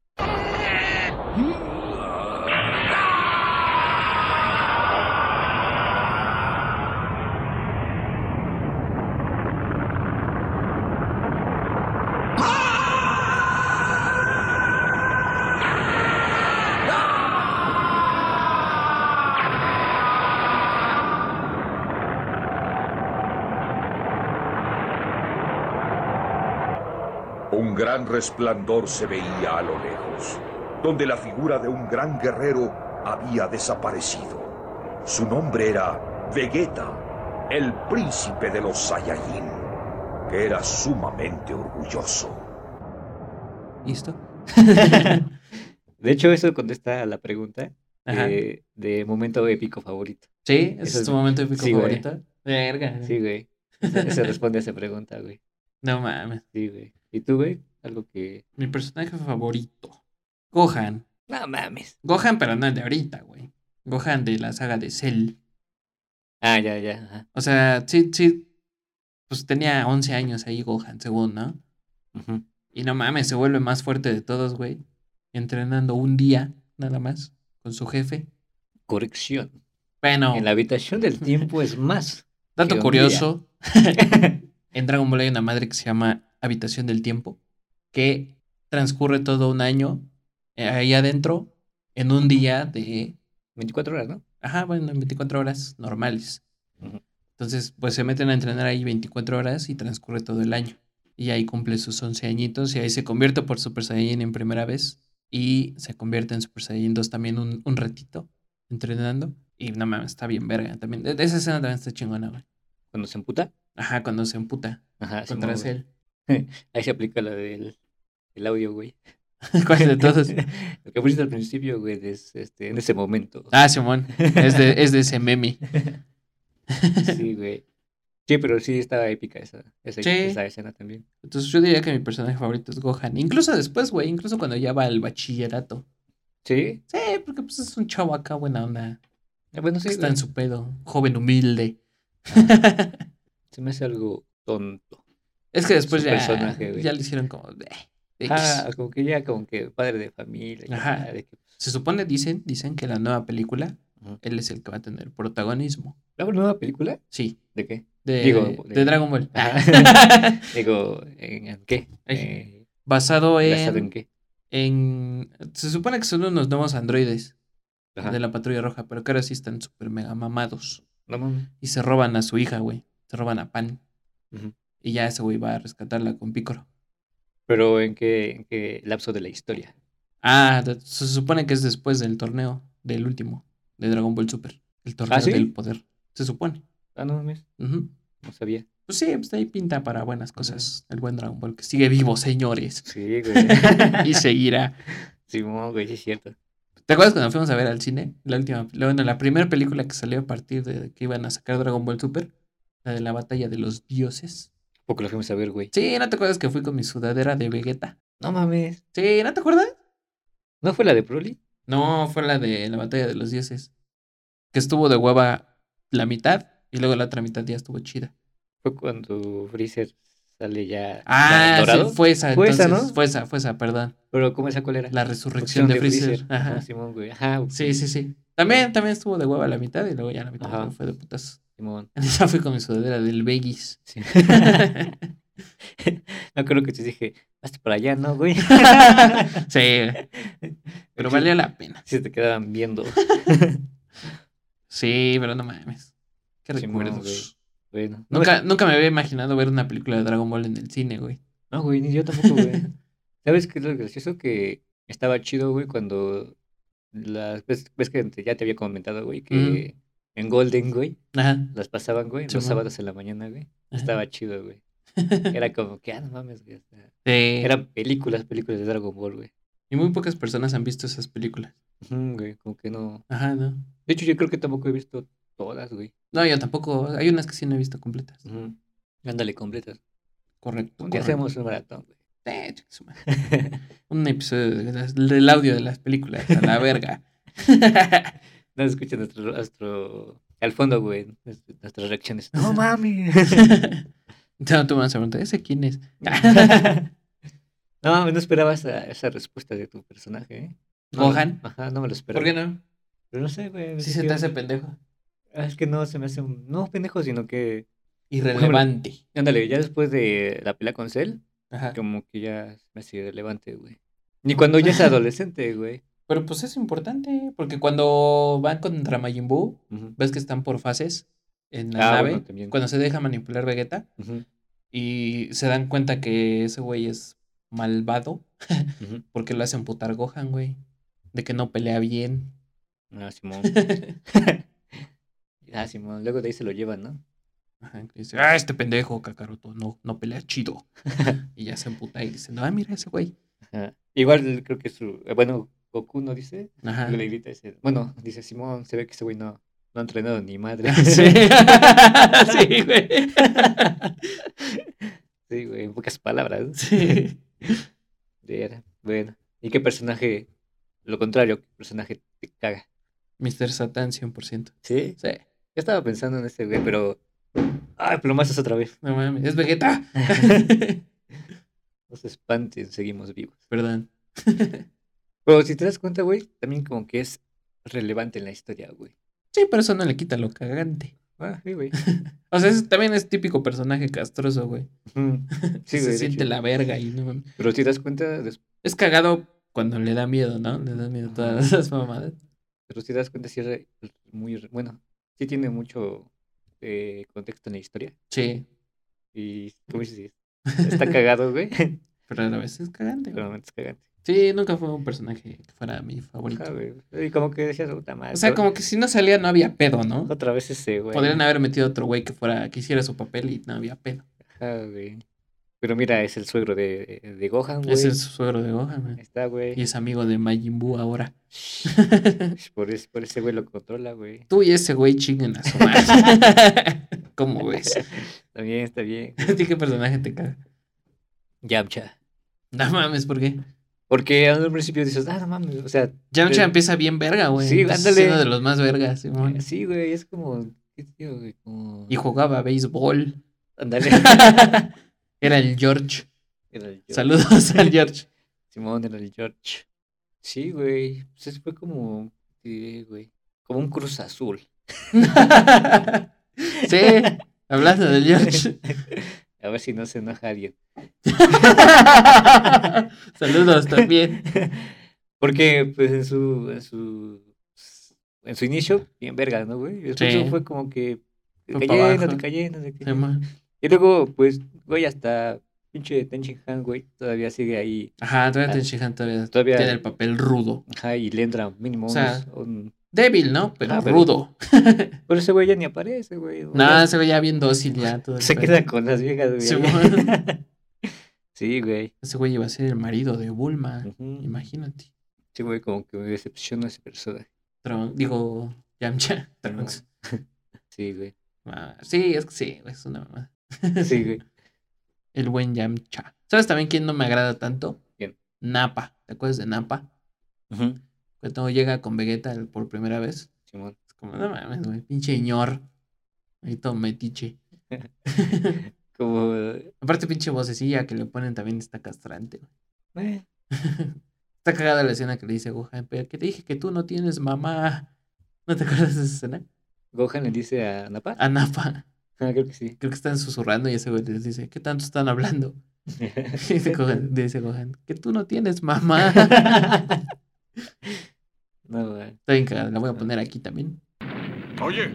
Speaker 6: Un gran resplandor se veía a lo lejos, donde la figura de un gran guerrero había desaparecido. Su nombre era Vegeta, el príncipe de los Saiyajin, que era sumamente orgulloso.
Speaker 3: ¿Listo?
Speaker 4: De hecho, eso contesta a la pregunta
Speaker 3: Ajá.
Speaker 4: de, de momento épico favorito.
Speaker 3: Sí, ese
Speaker 4: eso
Speaker 3: es
Speaker 4: Eh, es-
Speaker 3: tu momento épico
Speaker 4: sí, güey.
Speaker 3: favorito. Verga.
Speaker 4: Sí, güey. Se, se responde a esa pregunta, güey.
Speaker 3: No mames.
Speaker 4: Sí, güey. ¿Y tú, güey? Algo que.
Speaker 3: Mi personaje favorito. Gohan.
Speaker 4: No mames.
Speaker 3: Gohan, pero no el de ahorita, güey. Gohan de la saga de Cell.
Speaker 4: Ah, ya, ya. Ajá.
Speaker 3: O sea, sí, sí. Pues tenía 11 años ahí Gohan, según, ¿no?
Speaker 4: Ujú.
Speaker 3: Y no mames, se vuelve más fuerte de todos, güey. Entrenando un día, nada más, con su jefe.
Speaker 4: Corrección.
Speaker 3: Bueno,
Speaker 4: En la habitación del tiempo es más. que
Speaker 3: dato
Speaker 4: un
Speaker 3: curioso. en Dragon Ball hay una madre que se llama Habitación del Tiempo, que transcurre todo un año eh, ahí adentro, en un día de
Speaker 4: 24 horas, ¿no?
Speaker 3: Ajá, bueno, en 24 horas normales.
Speaker 4: Ujú.
Speaker 3: Entonces, pues se meten a entrenar ahí 24 horas y transcurre todo el año. Y ahí cumple sus 11 añitos y ahí se convierte por Super Saiyan en primera vez y se convierte en Super Saiyan 2 también un, un ratito entrenando. Y no mames, está bien verga también. De- de Esa escena también está chingona, güey.
Speaker 4: Cuando se emputa.
Speaker 3: Ajá, cuando se emputa
Speaker 4: Ajá.
Speaker 3: contra
Speaker 4: Ah, Simón, güey.
Speaker 3: él.
Speaker 4: Ahí se aplica la del el audio, güey.
Speaker 3: ¿Cuál de todos?
Speaker 4: Lo que pusiste al principio, güey, es, este, en ese momento.
Speaker 3: Ah, Simón. Es de, es de ese meme.
Speaker 4: Sí, güey. Sí, pero sí estaba épica esa, esa,
Speaker 3: Sí.
Speaker 4: esa escena también.
Speaker 3: Entonces yo diría que mi personaje favorito es Gohan. Incluso después, güey. Incluso cuando ya va al bachillerato.
Speaker 4: Sí.
Speaker 3: Sí, porque pues es un chavo acá buena onda.
Speaker 4: Ah, Bueno, sí.
Speaker 3: que está
Speaker 4: güey.
Speaker 3: en su pedo. Joven humilde.
Speaker 4: Se me hace algo tonto.
Speaker 3: es que después
Speaker 4: Su
Speaker 3: ya,
Speaker 4: personaje, güey.
Speaker 3: ya le hicieron como... "Bleh, X".
Speaker 4: Ah, como que ya, como que padre de familia. ya,
Speaker 3: Ajá.
Speaker 4: de que- pues,
Speaker 3: Se supone, dicen, dicen que la nueva película,
Speaker 4: Ujú.
Speaker 3: él es el que va a tener protagonismo.
Speaker 4: ¿La nueva película?
Speaker 3: Sí.
Speaker 4: ¿De qué?
Speaker 3: De,
Speaker 4: Digo,
Speaker 3: de
Speaker 4: de-
Speaker 3: Dragon Ball.
Speaker 4: Ajá. Digo, ¿en en qué?
Speaker 3: Ay.
Speaker 4: Eh,
Speaker 3: Basado
Speaker 4: ¿Basado en
Speaker 3: en,
Speaker 4: qué?
Speaker 3: en... Se supone que son unos nuevos androides
Speaker 4: Ajá.
Speaker 3: de la patrulla roja, pero que ahora sí están súper mega mamados.
Speaker 4: No mames.
Speaker 3: Y se roban a su hija, güey. Se roban a Pan.
Speaker 4: Ujú.
Speaker 3: Y ya ese güey va a rescatarla con Picoro.
Speaker 4: Pero ¿en qué, en qué lapso de la historia?
Speaker 3: Ah, de- se supone que es después del torneo, del último, de Dragon Ball Super. El torneo
Speaker 4: ¿Ah, sí?
Speaker 3: del poder. Se supone.
Speaker 4: Ah, no mames.
Speaker 3: Ujú.
Speaker 4: No sabía.
Speaker 3: Pues sí, pues ahí pinta para buenas cosas. El buen Dragon Ball que sigue vivo, señores.
Speaker 4: Sí, güey.
Speaker 3: y seguirá.
Speaker 4: Simón, güey, sí es cierto.
Speaker 3: ¿Te acuerdas cuando fuimos a ver al cine? La última, la- bueno, la primera película que salió a partir de que iban a sacar Dragon Ball Super, la de la batalla de los dioses.
Speaker 4: Porque lo fuimos a ver, güey.
Speaker 3: Sí, ¿no te acuerdas que fui con mi sudadera de Vegeta?
Speaker 4: No mames.
Speaker 3: Sí, ¿no te acuerdas?
Speaker 4: ¿No fue la de Broly?
Speaker 3: No, fue la de la batalla de los dioses. Que estuvo de hueva la mitad y luego la otra mitad ya estuvo chida.
Speaker 4: Fue cuando Freezer sale ya
Speaker 3: Ah, sí,
Speaker 4: dorado.
Speaker 3: fue esa.
Speaker 4: Fue esa,
Speaker 3: entonces,
Speaker 4: ¿no?
Speaker 3: Fue esa, fue esa, perdón.
Speaker 4: Pero ¿cómo esa cuál era?
Speaker 3: La resurrección de Freezer. Ajá.
Speaker 4: Ah, Simón, güey. Ajá,
Speaker 3: Sí, sí, sí. También, también estuvo de hueva la mitad y luego ya la mitad
Speaker 4: Ajá.
Speaker 3: fue de putas.
Speaker 4: Simón.
Speaker 3: En esa fui con mi sudadera del Vegas.
Speaker 4: Sí. no creo que te dije, hasta para allá, ¿no, güey?
Speaker 3: sí, pero valió la pena.
Speaker 4: Si te quedaban viendo,
Speaker 3: Sí, pero no mames. Qué
Speaker 4: Simón,
Speaker 3: recuerdos.
Speaker 4: bueno. No,
Speaker 3: Nunca, nunca me había imaginado ver una película de Dragon Ball en el cine, güey.
Speaker 4: No, güey, ni yo tampoco, güey. ¿Sabes qué es lo gracioso? Que estaba chido, güey, cuando las ves, ves que te- ya te había comentado, güey, que
Speaker 3: Ujú.
Speaker 4: en Golden, güey,
Speaker 3: Ajá.
Speaker 4: las pasaban, güey, los
Speaker 3: Simón.
Speaker 4: sábados en la mañana, güey. Estaba chido, güey. Era como que, ah, no mames, güey. o sea,
Speaker 3: Sí.
Speaker 4: eran películas, películas de Dragon Ball, güey.
Speaker 3: Y muy pocas personas han visto esas películas.
Speaker 4: Ujú, güey, como que no.
Speaker 3: Ajá, ¿no?
Speaker 4: De hecho, yo creo que tampoco he visto todas, güey.
Speaker 3: No, yo tampoco. Hay unas que sí no he visto completas.
Speaker 4: Ujú. Ándale, completas.
Speaker 3: Correcto.
Speaker 4: Un día
Speaker 3: correcto.
Speaker 4: hacemos un maratón, güey.
Speaker 3: Sí, chica su madre. Un episodio de las- del audio de las películas. A la verga.
Speaker 4: No escuchen nuestro, nuestro- al fondo, güey, nues- nuestras reacciones. No mami.
Speaker 3: no, tú me vas a preguntar, ¿ese quién es?
Speaker 4: no mames, no esperaba esa, esa respuesta de tu personaje, ¿eh? No,
Speaker 3: Gohan.
Speaker 4: Ajá, no me lo esperaba.
Speaker 3: ¿Por qué no?
Speaker 4: Pero no sé, güey.
Speaker 3: Si
Speaker 4: es
Speaker 3: se
Speaker 4: que-
Speaker 3: te hace pendejo.
Speaker 4: ah, Es que no se me hace un. No pendejo, sino que.
Speaker 3: Irrelevante.
Speaker 4: Ándale, ya después de la pelea con Cell,
Speaker 3: Ajá.
Speaker 4: como que ya se me hace irrelevante, güey. Ni cuando ya es adolescente, güey.
Speaker 3: Pero pues es importante, porque cuando van contra Majin Buu,
Speaker 4: Ujú,
Speaker 3: ves que están por fases en la
Speaker 4: Ah,
Speaker 3: nave,
Speaker 4: bueno, también.
Speaker 3: cuando se deja manipular Vegeta
Speaker 4: ujú,
Speaker 3: y se dan cuenta que ese güey es malvado
Speaker 4: ujú.
Speaker 3: porque lo hacen putar Gohan, güey, de que no pelea bien.
Speaker 4: Ah, Simón. ah, Simón. Luego de ahí se lo llevan, ¿no?
Speaker 3: Ajá, que dice, ah, este pendejo, Kakaroto, no, no pelea chido. y ya se emputa y dicen, ah, mira ese güey.
Speaker 4: Ajá. Igual creo que su. eh, Bueno, Goku no dice.
Speaker 3: Ajá.
Speaker 4: Le grita ese. Bueno, dice Simón, se ve que ese güey no, no ha entrenado ni madre.
Speaker 3: Sí. sí, güey.
Speaker 4: Sí, güey, en pocas palabras. ¿no?
Speaker 3: Sí.
Speaker 4: Verga, Bueno. ¿Y qué personaje? Lo contrario, ¿qué personaje te caga?
Speaker 3: Mr. Satan 100%.
Speaker 4: Sí.
Speaker 3: Sí.
Speaker 4: Yo estaba pensando en ese güey, pero. ¡Ay, plomazos otra vez!
Speaker 3: No mames, es Vegeta.
Speaker 4: No se espanten, seguimos vivos.
Speaker 3: Perdón.
Speaker 4: Pero si te das cuenta, güey, también como que es relevante en la historia, güey.
Speaker 3: Sí, pero eso no le quita lo cagante.
Speaker 4: Ah, sí, güey.
Speaker 3: O sea, es- también es típico personaje castroso, güey.
Speaker 4: Ujú.
Speaker 3: Sí,
Speaker 4: Sí, güey.
Speaker 3: se
Speaker 4: de
Speaker 3: siente
Speaker 4: hecho.
Speaker 3: la verga y no mames.
Speaker 4: Pero si te das cuenta, des-
Speaker 3: Es cagado cuando le da miedo, ¿no? Le da miedo a todas esas mamadas.
Speaker 4: pero si te das cuenta, sí es re- muy. re- Bueno, sí tiene mucho eh, contexto en la historia.
Speaker 3: Sí,
Speaker 4: Y, como dices? Está cagado, güey.
Speaker 3: pero a la vez es cagante. güey.
Speaker 4: Pero no es cagante.
Speaker 3: Sí, nunca fue un personaje que fuera mi favorito.
Speaker 4: Ajá, güey. Y como que decías, puta madre.
Speaker 3: O sea,
Speaker 4: otra-
Speaker 3: como que si no salía no había pedo, ¿no?
Speaker 4: Otra vez ese, güey.
Speaker 3: Podrían haber metido otro güey que fuera, que hiciera su papel y no había pedo.
Speaker 4: Ajá, güey. Pero mira, es el suegro de, eh, de Gohan, güey. Este.
Speaker 3: Ese es el suegro de Gohan,
Speaker 4: Ahí
Speaker 3: güey.
Speaker 4: Está, güey.
Speaker 3: Y es amigo de Majin Buu ahora.
Speaker 4: Por, es- por ese güey lo controla, güey.
Speaker 3: Tú y ese güey chinguen a su madre. ¿Cómo ves?
Speaker 4: También está bien.
Speaker 3: ¿A ti qué personaje te caga?
Speaker 4: Yamcha.
Speaker 3: No mames, ¿por qué?
Speaker 4: Porque al principio dices, ah, no mames. O sea,
Speaker 3: Yamcha
Speaker 4: Eh,
Speaker 3: empieza bien verga, güey.
Speaker 4: sí,
Speaker 3: Empieza
Speaker 4: ándale.
Speaker 3: siendo de los más vergas, Simón.
Speaker 4: sí, güey, es como. ¿Qué tío, güey? Como.
Speaker 3: Y jugaba béisbol.
Speaker 4: Ándale.
Speaker 3: Era el George.
Speaker 4: Era el George.
Speaker 3: Saludos al George.
Speaker 4: Simón era el George. Sí, güey. Pues es- fue como. Sí, güey. Como un cruz azul.
Speaker 3: sí, hablando del George.
Speaker 4: A ver si no se enoja alguien.
Speaker 3: Saludos también.
Speaker 4: Porque, pues, en su, en su en su inicio, bien verga, ¿no, güey? Después
Speaker 3: Sí.
Speaker 4: eso fue como que te
Speaker 3: Fue pa'
Speaker 4: cayé, no
Speaker 3: abajo.
Speaker 4: te cayé, no te cayé.
Speaker 3: Sí, ma.
Speaker 4: Y luego, pues, güey, hasta pinche Tenchin Han, güey, todavía sigue ahí.
Speaker 3: Ajá, todavía
Speaker 4: Ah,
Speaker 3: Ten Shan todavía,
Speaker 4: todavía-
Speaker 3: tiene el papel rudo.
Speaker 4: Ajá, y le entra mínimo
Speaker 3: O sea,
Speaker 4: unos- un-
Speaker 3: Débil, ¿no? Pero
Speaker 4: Ah, pero-
Speaker 3: rudo.
Speaker 4: Pero ese güey ya ni aparece, güey. o
Speaker 3: Nada,
Speaker 4: sea,
Speaker 3: se veía bien dócil ya. Todo el
Speaker 4: se
Speaker 3: pedo.
Speaker 4: queda con las viejas, güey.
Speaker 3: Sí,
Speaker 4: sí, güey.
Speaker 3: Ese güey iba a ser el marido de Bulma.
Speaker 4: Ujú.
Speaker 3: Imagínate.
Speaker 4: Sí, güey, como que me decepciona ese personaje.
Speaker 3: Tron- digo, Yamcha. Trunks.
Speaker 4: Sí, güey.
Speaker 3: Ah, sí, es que sí, güey, es una mamada.
Speaker 4: Sí, güey.
Speaker 3: El buen Yamcha. ¿Sabes también quién no me agrada tanto?
Speaker 4: ¿Quién?
Speaker 3: Napa. ¿Te acuerdas de Napa?
Speaker 4: Ujú.
Speaker 3: Cuando llega con Vegeta el- por primera vez.
Speaker 4: Simón.
Speaker 3: Es como, no mames, güey, pinche ñor. Ahí todo metiche.
Speaker 4: Como.
Speaker 3: Aparte, pinche vocecilla que le ponen también está castrante. güey.
Speaker 4: eh,
Speaker 3: Está cagada la escena que le dice Gohan, pero que te dije que tú no tienes mamá. ¿No te acuerdas de esa escena?
Speaker 4: Gohan le dice a Napa.
Speaker 3: A Napa.
Speaker 4: Ah, creo que sí.
Speaker 3: Creo que están susurrando y ese güey les dice, ¿qué tanto están hablando? Dice Gohan, dice Gohan, que tú no tienes mamá. Está
Speaker 4: no, güey.
Speaker 3: bien cagada, la voy a poner aquí también.
Speaker 5: Oye,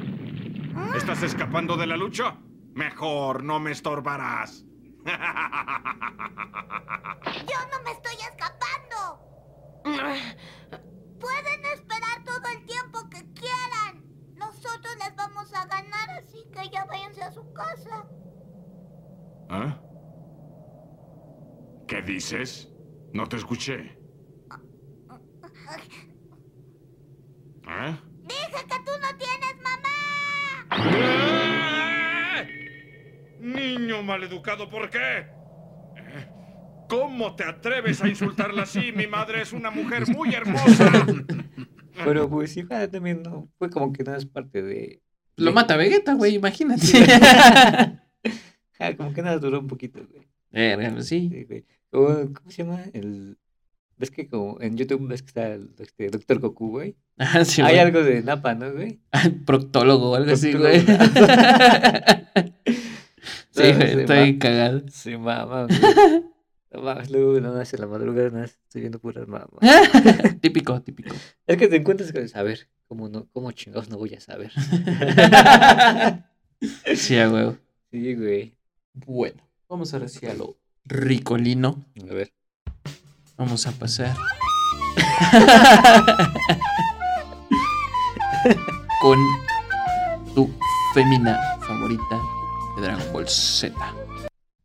Speaker 5: ¿estás escapando de la lucha? Mejor no me estorbarás.
Speaker 7: Yo no me estoy escapando. Pueden esperar todo el tiempo que quieran. Nosotros les vamos a ganar, así que ya váyanse a su casa.
Speaker 5: ¿Ah? ¿Qué dices? No te escuché. ¿Ah?
Speaker 7: Dije que tú no tienes mamá.
Speaker 5: ¡Ah! Niño maleducado, ¿por qué? ¿Eh? ¿Cómo te atreves a insultarla así? Mi madre es una mujer muy hermosa.
Speaker 4: Pero pues sí, ah, también no. Fue como que no es parte de.
Speaker 3: Lo
Speaker 4: de-
Speaker 3: mata Vegeta, güey, imagínate.
Speaker 4: Ah, como que nada duró un poquito, güey.
Speaker 3: Verga, pues sí.
Speaker 4: Sí, güey. O, ¿Cómo se llama? El... ¿Ves que como en YouTube ves que está el este, Doctor Goku, güey?
Speaker 3: Ah, sí,
Speaker 4: Hay
Speaker 3: güey.
Speaker 4: algo de Napa, ¿no, güey?
Speaker 3: Proctólogo o algo así, güey. sí,
Speaker 4: No,
Speaker 3: güey,
Speaker 4: se
Speaker 3: está
Speaker 4: ma-
Speaker 3: bien cagado.
Speaker 4: Sí, mamá, güey. No mames, luego no nace la madrugada, no estoy viendo puras mamás.
Speaker 3: ¿Eh? típico, típico.
Speaker 4: Es que te encuentras con el saber. ¿Cómo, no, cómo chingados no voy a saber?
Speaker 3: Sí, a huevo.
Speaker 4: sí, güey.
Speaker 3: Bueno, vamos ahora sí a lo ricolino.
Speaker 4: A ver.
Speaker 3: Vamos a pasar. Con tu fémina favorita de Dragon Ball Z.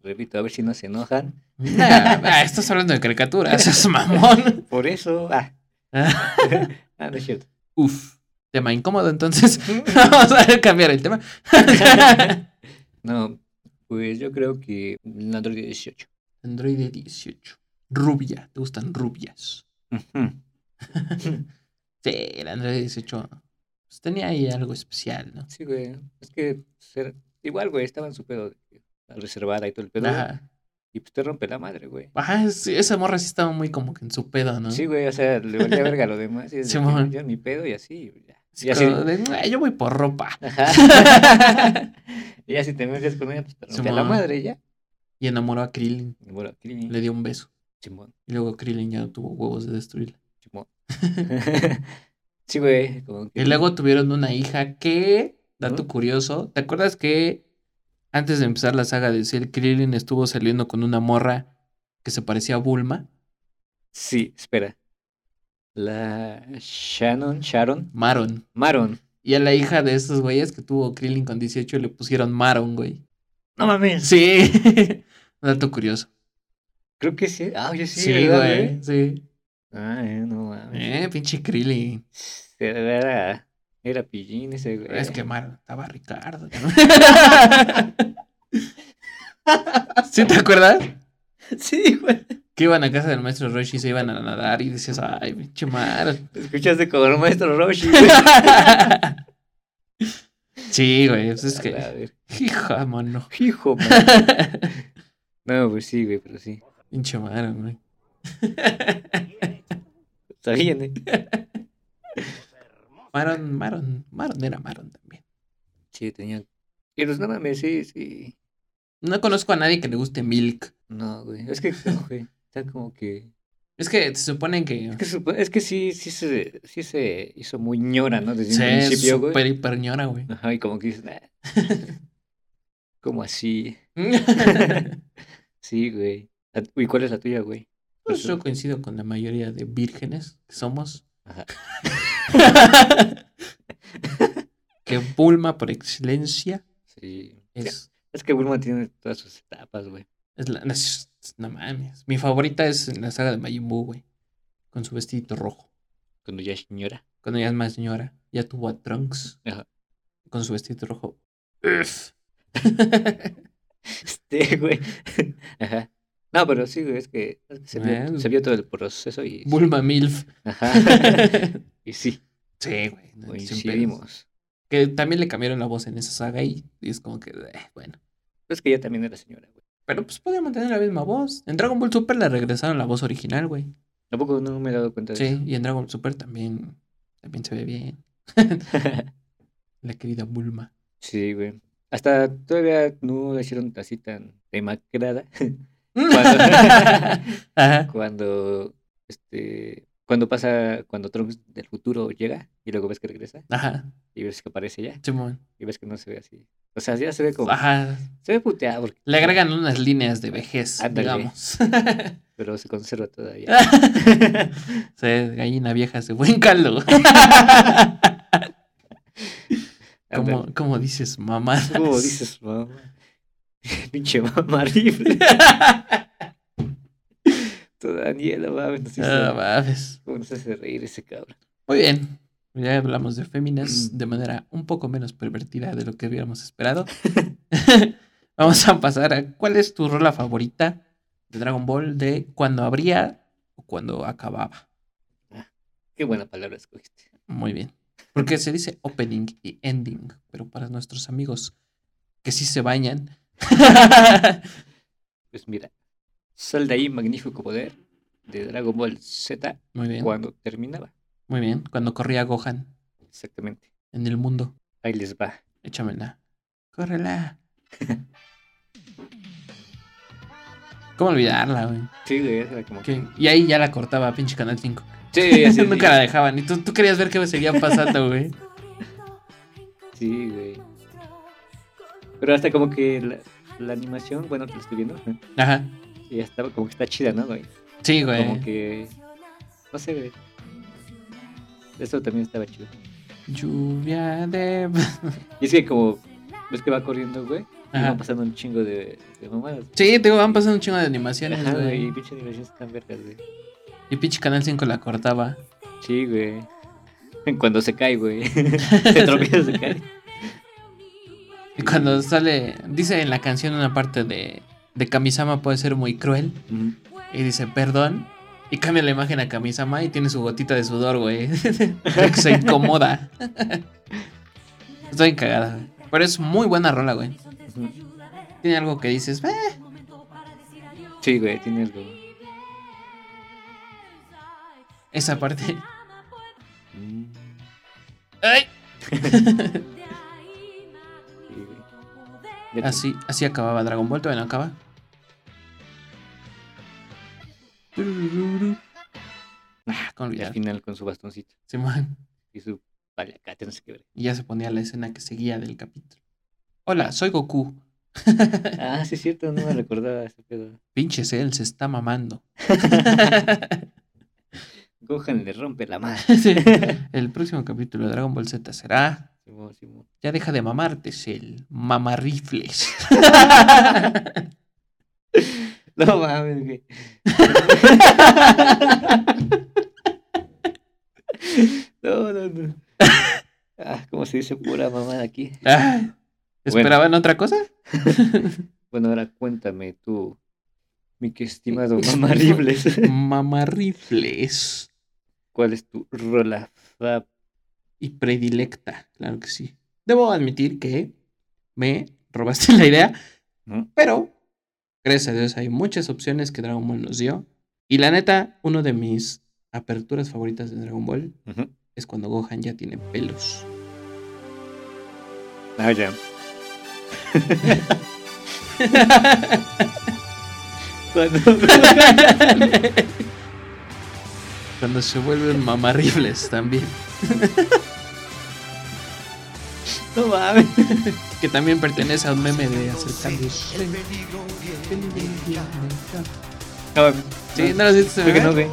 Speaker 4: Repito, a ver si no se enojan.
Speaker 3: Nah, nah, Ah, estás hablando de caricaturas, es mamón.
Speaker 4: Por eso. Ah, ah no es cierto.
Speaker 3: Uf, tema incómodo, entonces vamos a cambiar el tema.
Speaker 4: No, pues yo creo que el Android 18.
Speaker 3: Android 18. Rubia, ¿te gustan rubias? Sí, el Android 18 pues, tenía ahí algo especial, ¿no?
Speaker 4: Sí, güey. Es que ser- igual, güey, estaba en su pedo. de- Reservada y todo el pedo. güey,
Speaker 3: Ajá,
Speaker 4: Y pues te rompe la madre, güey.
Speaker 3: Ajá, sí, esa morra sí estaba muy como que en su pedo, ¿no?
Speaker 4: Sí, güey, o sea, le valía verga lo demás. Y es de que,
Speaker 3: Ah. Simón.
Speaker 4: yo mi pedo y así. Ya.
Speaker 3: Sí,
Speaker 4: Y así,
Speaker 3: como de, "Ay, yo voy por ropa.
Speaker 4: Ajá. y ya si te metes con ella, pues te rompe la
Speaker 3: Simón.
Speaker 4: madre ya.
Speaker 3: Y enamoró a Krillin,
Speaker 4: Y Bueno, aquí,
Speaker 3: le dio un beso.
Speaker 4: Simón,
Speaker 3: Y luego Krillin ya no tuvo huevos de destruirla.
Speaker 4: Simón. sí, güey. como que-
Speaker 3: Y luego tuvieron una hija que, dato
Speaker 4: Ujú.
Speaker 3: curioso, ¿te acuerdas que antes de empezar la saga de Cell, Krillin estuvo saliendo con una morra que se parecía a Bulma?
Speaker 4: Sí, espera. La Shannon, Sharon,
Speaker 3: Maron.
Speaker 4: Maron.
Speaker 3: Y a la hija de esos güeyes que tuvo Krillin con 18 le pusieron Maron, güey.
Speaker 4: No mames.
Speaker 3: Sí. Dato curioso.
Speaker 4: Creo que sí. Ah, oye, sí,
Speaker 3: Sí,
Speaker 4: ¿verdad,
Speaker 3: güey. Sí.
Speaker 4: Ah, eh, no mames.
Speaker 3: Eh, pinche Krillin.
Speaker 4: Era, era pillín ese, güey.
Speaker 3: Es que Maron estaba Ricardo. ¿no? ¿Sí te acuerdas?
Speaker 4: Sí, güey.
Speaker 3: Que iban a casa del maestro Roshi y se iban a nadar y decías, ay, pinche Maron.
Speaker 4: Escuchaste como el maestro Roshi, güey.
Speaker 3: Sí, güey, pues es
Speaker 4: A
Speaker 3: que.
Speaker 4: ver.
Speaker 3: Hija, mano.
Speaker 4: Hijo, man. No, pues sí, güey, pero sí.
Speaker 3: Pinche Maron, güey.
Speaker 4: Está bien, ¿eh?
Speaker 3: Maron, Maron, Maron era Maron también.
Speaker 4: Sí, tenía. Pero no mames, sí, sí.
Speaker 3: No conozco a nadie que le guste Milk.
Speaker 4: No, güey. Es que, no, güey. Está como que.
Speaker 3: Es que se suponen que.
Speaker 4: Es que, supo- es que sí, sí se, sí se hizo muy ñora, ¿no? Desde un
Speaker 3: se
Speaker 4: principio, güey.
Speaker 3: super hiperñora, güey.
Speaker 4: Ajá, y como que dices, "Nah, ¿cómo así?
Speaker 3: Pues
Speaker 4: Sí, güey. La- Uy, ¿cuál es la tuya, güey?
Speaker 3: Pues yo
Speaker 4: Perso-
Speaker 3: coincido con la mayoría de vírgenes que somos.
Speaker 4: Ajá.
Speaker 3: que Bulma por excelencia
Speaker 4: Sí.
Speaker 3: es,
Speaker 4: Es que Bulma tiene todas sus etapas, güey.
Speaker 3: es la- es- no mames. Mi favorita es en la saga de Majin Buu, güey. Con su vestidito rojo.
Speaker 4: Cuando ya es ñora.
Speaker 3: Cuando ya es más señora, ya tuvo a Trunks.
Speaker 4: Ajá.
Speaker 3: Con su vestido rojo. Uf.
Speaker 4: Este, güey. Ajá. No, pero sí, güey, es que es que se
Speaker 3: Bueno.
Speaker 4: vio, se vio todo el proceso y...
Speaker 3: Bulma Milf.
Speaker 4: Ajá. Y sí,
Speaker 3: sí, güey. no, sin pedos.
Speaker 4: coincidimos.
Speaker 3: Que también le cambiaron la voz en esa saga y, y es como que, eh, bueno.
Speaker 4: Es que ella también era señora, güey.
Speaker 3: Pero pues podía mantener la misma voz. En Dragon Ball Super le regresaron la voz original, güey.
Speaker 4: Tampoco no me he dado cuenta de
Speaker 3: Sí, y en Dragon Ball Super también, también se ve bien.
Speaker 4: eso.
Speaker 3: La querida Bulma.
Speaker 4: Sí, güey. Hasta todavía no la hicieron así tan demacrada. Cuando-
Speaker 3: Ajá.
Speaker 4: cuando este cuando pasa cuando Trunks del futuro llega y luego ves que regresa
Speaker 3: Ajá.
Speaker 4: y ves que aparece ya
Speaker 3: Simón.
Speaker 4: y ves que no se ve así o sea ya se ve como
Speaker 3: Ajá.
Speaker 4: se ve puteado porque-
Speaker 3: Le agregan unas líneas de vejez,
Speaker 4: Ándale.
Speaker 3: digamos.
Speaker 4: pero se conserva todavía
Speaker 3: Se gallina vieja se buen caldo.
Speaker 4: Ándale.
Speaker 3: como, como dices, mamá.
Speaker 4: ¿Cómo dices mamá pinche mamá horrible toda Daniela mames nos hizo-
Speaker 3: Ah, mames.
Speaker 4: cómo nos hace reír ese cabrón
Speaker 3: Muy bien. Ya hablamos de féminas de manera un poco menos pervertida de lo que hubiéramos esperado. Vamos a pasar a cuál es tu rola favorita de Dragon Ball de cuando abría o cuando acababa.
Speaker 4: qué buena palabra escogiste
Speaker 3: Muy bien. Porque se dice opening y ending, pero para nuestros amigos que sí se bañan.
Speaker 4: pues mira sal de ahí magnífico poder de Dragon Ball Z
Speaker 3: Muy bien.
Speaker 4: cuando terminaba
Speaker 3: Muy bien. Cuando corría Gohan
Speaker 4: exactamente
Speaker 3: en el mundo.
Speaker 4: ahí les va
Speaker 3: Échamela. Córrela. ¿Cómo olvidarla, güey?
Speaker 4: Sí, güey, esa era como que.
Speaker 3: Que- Y ahí ya la cortaba, pinche Canal 5.
Speaker 4: Sí, así es,
Speaker 3: Nunca la dejaban. Y tú, tú querías ver qué seguía pasando, güey.
Speaker 4: Sí, güey. Pero hasta como que la, la animación, bueno, que la estoy viendo,
Speaker 3: Ajá.
Speaker 4: y ya estaba como que está chida, ¿no, güey?
Speaker 3: Sí, güey.
Speaker 4: Como que. No sé, güey. Eso también estaba chido.
Speaker 3: Lluvia de.
Speaker 4: Y es que como. ¿Ves que va corriendo, güey? Y
Speaker 3: Ajá.
Speaker 4: va pasando un chingo de, de mamadas.
Speaker 3: Sí, te digo, van pasando un chingo de animaciones,
Speaker 4: Ajá, güey,
Speaker 3: güey.
Speaker 4: y pinche animaciones tan vergas, güey.
Speaker 3: Y pinche Canal 5 la cortaba.
Speaker 4: Sí, güey. Cuando se cae, güey. se tropieza, se cae.
Speaker 3: Y cuando sale. Dice en la canción una parte de. De Kamisama puede ser muy cruel.
Speaker 4: Ujú.
Speaker 3: Y dice, perdón. Y cambia la imagen a Kamisama y tiene su gotita de sudor, güey. De que se incomoda. Estoy encagada, güey. Pero es muy buena rola, güey.
Speaker 4: Ujú.
Speaker 3: Tiene algo que dices, "Eh,
Speaker 4: Sí, güey, tiene algo.
Speaker 3: esa parte.
Speaker 7: pues.
Speaker 4: Mm,
Speaker 3: Ay,
Speaker 4: sí, güey. Ya te-
Speaker 3: Así, así acababa Dragon Ball, todavía no acaba. Ah, con
Speaker 4: Y al
Speaker 3: olvidar.
Speaker 4: final con su bastoncito
Speaker 3: Simón.
Speaker 4: y su palacate, no sé qué ver.
Speaker 3: Y ya se ponía la escena que seguía del capítulo. Hola, soy Goku.
Speaker 4: Ah, sí es cierto, no me recordaba ese pedo.
Speaker 3: Pinche él se está mamando.
Speaker 4: Gohan le rompe la madre.
Speaker 3: Sí. El próximo capítulo de Dragon Ball Z será.
Speaker 4: Simón, Simón.
Speaker 3: Ya deja de mamarte, Cell. Mamarrifles.
Speaker 4: No mames, güey. No, no, no. Ah, como se dice pura mamada aquí.
Speaker 3: Ah, ¿Esperaban otra cosa?
Speaker 4: Bueno, ahora cuéntame tú, mi que estimado mamaribles,
Speaker 3: Mamarrifles.
Speaker 4: ¿cuál es tu rola fa-
Speaker 3: Y predilecta, claro que sí. Debo admitir que me robaste la idea,
Speaker 4: ¿no?
Speaker 3: pero gracias a Dios hay muchas opciones que Dragon Ball nos dio. Y la neta, uno de mis aperturas favoritas de Dragon Ball
Speaker 4: Ujú.
Speaker 3: es cuando Gohan ya tiene pelos.
Speaker 4: Ah, ya. Cuando-
Speaker 3: cuando se vuelven mamarribles también. no mames. que también pertenece a un meme de acercarse.
Speaker 4: No,
Speaker 3: Sí, no lo siento, se
Speaker 4: creo que
Speaker 3: ve.
Speaker 4: no, güey.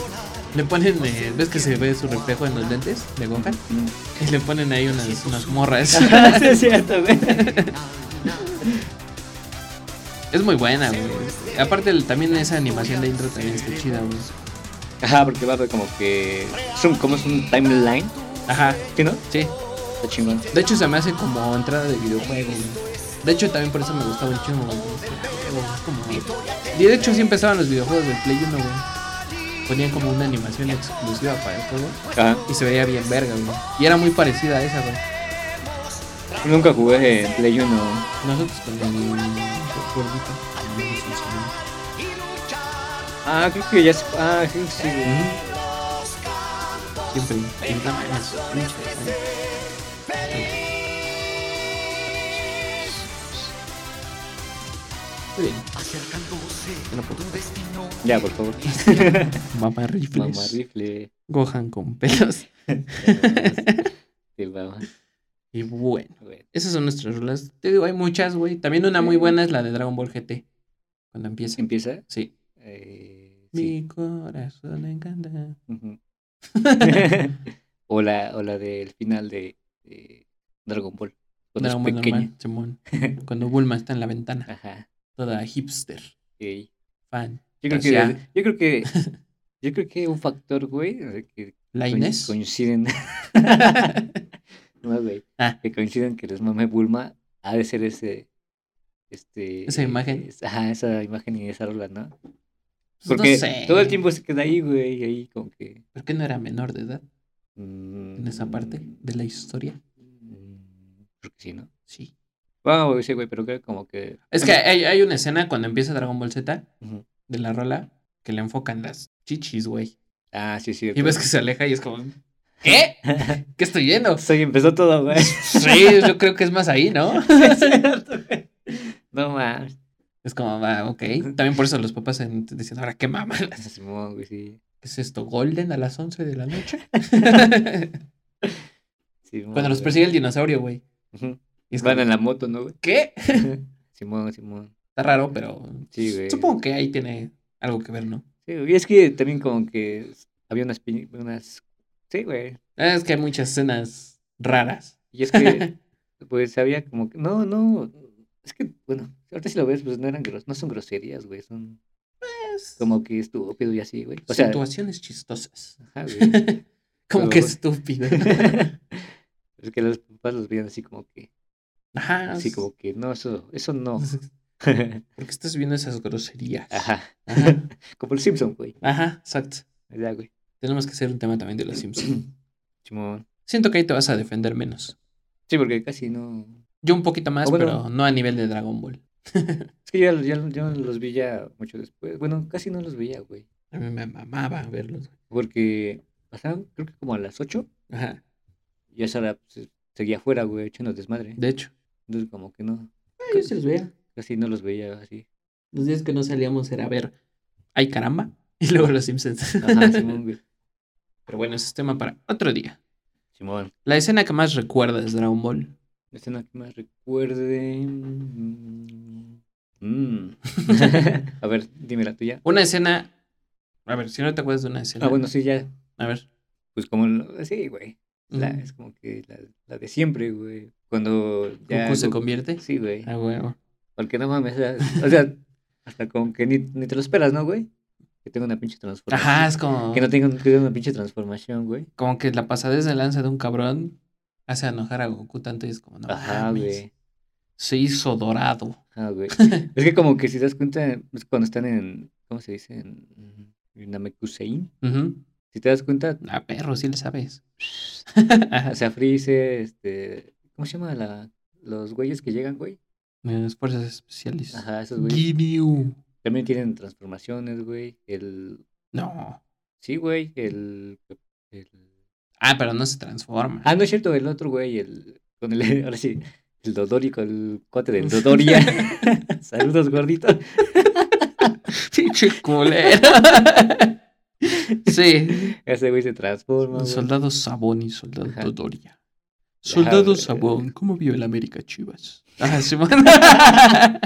Speaker 3: Le ponen, eh, ¿ves que se ve su reflejo en los lentes de Gohan? Y le ponen ahí unas, unas morras.
Speaker 4: Sí, es cierto, güey.
Speaker 3: es muy buena, güey. Aparte, el- también esa animación de intro también está chida, güey.
Speaker 4: Ajá, porque va a haber como que. Es un, como es un timeline.
Speaker 3: Ajá,
Speaker 4: ¿Sí, no?
Speaker 3: sí.
Speaker 4: Está chingón.
Speaker 3: De hecho, se me hace como entrada de videojuego, güey. De hecho, también por eso me gustaba el chingo, güey. Es como- Y de hecho, así empezaban los videojuegos del Play 1, güey. Ponían como una animación exclusiva para el juego.
Speaker 4: Ajá.
Speaker 3: Y se veía bien verga, güey. Y era muy parecida a esa, güey.
Speaker 4: Nunca jugué en Play 1.
Speaker 3: Nosotros con mi gordita. tenemos un sonido.
Speaker 4: Ah, creo que ya. se- Ah, sí, sí. güey.
Speaker 3: Siempre. siempre más, mucho, güey. Muy bien.
Speaker 4: Ya, por favor.
Speaker 3: Mamá rifles.
Speaker 4: Mamá rifle.
Speaker 3: Gohan con pelos.
Speaker 4: Sí, vamos.
Speaker 3: Y bueno.
Speaker 4: Güey.
Speaker 3: Esas son nuestras rolas. Te digo, hay muchas, güey. También una muy buena es la de Dragon Ball GT. Cuando empieza.
Speaker 4: ¿Empieza?
Speaker 3: Sí.
Speaker 4: Eh, sí.
Speaker 3: Mi corazón encanta.
Speaker 4: Ujú. o, la, o la del final de, de Dragon Ball.
Speaker 3: Dragon
Speaker 4: Cuando es Ah.
Speaker 3: Ball
Speaker 4: pequeña.
Speaker 3: normal, Simón. Cuando Bulma está en la ventana.
Speaker 4: Ajá.
Speaker 3: Toda hipster.
Speaker 4: ok.
Speaker 3: Fan.
Speaker 4: Yo creo,
Speaker 3: O
Speaker 4: que,
Speaker 3: sea-
Speaker 4: yo creo que. Yo creo que un factor, güey, o sea, que
Speaker 3: La
Speaker 4: coin-
Speaker 3: Inés.
Speaker 4: coinciden. no, güey.
Speaker 3: Ah.
Speaker 4: Que coinciden que les mame Bulma ha de ser ese. Este,
Speaker 3: Esa imagen.
Speaker 4: es- ajá, esa imagen y esa rola, ¿no?
Speaker 3: Pues
Speaker 4: Porque
Speaker 3: no sé.
Speaker 4: todo el tiempo se queda ahí, güey, y ahí como que.
Speaker 3: ¿Por qué no era menor de edad en
Speaker 4: En
Speaker 3: esa parte
Speaker 4: mm,
Speaker 3: de la historia?
Speaker 4: Porque mm, sí, ¿no?
Speaker 3: Sí.
Speaker 4: Bueno, güey, sí, güey, pero creo como que.
Speaker 3: Es que hay, hay una escena cuando empieza Dragon Ball Z
Speaker 4: Ujú.
Speaker 3: de la rola que le enfocan las chichis, güey.
Speaker 4: Ah, sí, sí.
Speaker 3: Y ves que se aleja y es como, ¿qué? ¿Qué estoy viendo?
Speaker 4: Soy empezó todo, güey.
Speaker 3: Sí, yo creo que es más ahí, ¿no?
Speaker 4: no más.
Speaker 3: Es como, va, ok. También por eso los papás en- dicen, ahora qué mamá. ¿Qué
Speaker 4: Simón, güey, sí.
Speaker 3: es esto? ¿Golden a las 11 de la noche?
Speaker 4: Simón,
Speaker 3: cuando los
Speaker 4: güey.
Speaker 3: persigue el dinosaurio, güey.
Speaker 4: Ujú.
Speaker 3: Y es
Speaker 4: Van
Speaker 3: como,
Speaker 4: en la moto, ¿no, güey?
Speaker 3: ¿Qué?
Speaker 4: Simón, Simón.
Speaker 3: Está raro, pero
Speaker 4: Sí, güey.
Speaker 3: supongo que ahí tiene algo que ver, ¿no?
Speaker 4: Sí, güey, y es que también como que había unas pi- unas sí, güey.
Speaker 3: Es que hay muchas escenas raras.
Speaker 4: Y es que pues había como que no, no, es que bueno, ahorita si lo ves pues no eran gros- no son groserías, güey, son como que estúpido y así, güey. O sea,
Speaker 3: situaciones chistosas.
Speaker 4: ajá, güey.
Speaker 3: Como
Speaker 4: Pero
Speaker 3: que
Speaker 4: bueno.
Speaker 3: estúpido.
Speaker 4: es que los papás los veían así como que
Speaker 3: Ajá.
Speaker 4: así como que no, eso eso no.
Speaker 3: ¿Por qué estás viendo esas groserías?
Speaker 4: Ajá.
Speaker 3: Ajá,
Speaker 4: Como el Simpson, güey.
Speaker 3: Ajá, exacto.
Speaker 4: Ya, güey.
Speaker 3: Tenemos que hacer un tema también de los Simpsons.
Speaker 4: Simón.
Speaker 3: Siento que ahí te vas a defender menos.
Speaker 4: Sí, porque casi no
Speaker 3: Yo un poquito más,
Speaker 4: Ah, bueno.
Speaker 3: pero no a nivel de Dragon Ball.
Speaker 4: Es que ya, ya, ya los vi ya mucho después. Bueno, casi no los veía, güey.
Speaker 3: A mí me mamaba verlos.
Speaker 4: Porque pasaban, creo que como a las 8.
Speaker 3: Ajá,
Speaker 4: Y a esa hora pues, seguía afuera, güey, echando desmadre.
Speaker 3: de hecho.
Speaker 4: Entonces, como que no.
Speaker 3: Ah, yo se los veía.
Speaker 4: Casi no los veía así.
Speaker 3: Los días que no salíamos era ver. ¡Ay, caramba! Y luego los Simpsons.
Speaker 4: Ajá, Simón, güey.
Speaker 3: Pero bueno, ese es tema para otro día.
Speaker 4: Simón.
Speaker 3: La escena que más recuerdas de Dragon Ball.
Speaker 4: La escena que más recuerde. mm, mm. a ver, dime la tuya.
Speaker 3: Una escena. A ver, si no te acuerdas de una escena.
Speaker 4: Ah, bueno, sí, ya. Mm.
Speaker 3: A ver.
Speaker 4: Pues como. lo- Sí, güey. La-
Speaker 3: Ujú.
Speaker 4: Es como que la, la de siempre, güey. Cuando ya.
Speaker 3: Goku se
Speaker 4: Goku-
Speaker 3: convierte.
Speaker 4: Sí, güey.
Speaker 3: Ah, huevo.
Speaker 4: Porque no mames, o sea, o sea, hasta como que ni, ni te lo esperas, ¿no, güey? Que tenga una pinche transformación.
Speaker 3: Ajá, es como,
Speaker 4: Que no tenga, un- que tenga una pinche transformación, güey.
Speaker 3: como que la pasadez de lanza de un cabrón hace enojar a Goku tanto y es como, no
Speaker 4: Ajá,
Speaker 3: mames,
Speaker 4: güey.
Speaker 3: se hizo dorado.
Speaker 4: Ajá, güey. Es que como que si te das cuenta, pues, cuando están en, ¿cómo se dice? En, en Namekusein.
Speaker 3: Ujú.
Speaker 4: Si te das cuenta,
Speaker 3: Ah, perro, sí le sabes.
Speaker 4: o sea, Freezer, este, ¿cómo se llama la, los güeyes que llegan, güey?
Speaker 3: Las fuerzas especiales.
Speaker 4: Ajá, esos güeyes.
Speaker 3: Ginyu.
Speaker 4: También tienen transformaciones, güey. El,
Speaker 3: No.
Speaker 4: sí, güey, el, el
Speaker 3: Ah, pero no se transforma.
Speaker 4: Ah, no es cierto, el otro güey, el. Con el ahora sí, el Dodori, con el cuate del Dodoria. Saludos, gordito.
Speaker 3: Pinche culero. Sí.
Speaker 4: Ese güey se transforma. güey.
Speaker 3: Soldado Sabón y Soldado
Speaker 4: Ajá.
Speaker 3: Doria. Soldado
Speaker 4: güey.
Speaker 3: Sabón, ¿cómo vio el América Chivas? Ah, Simón.
Speaker 4: Ajá,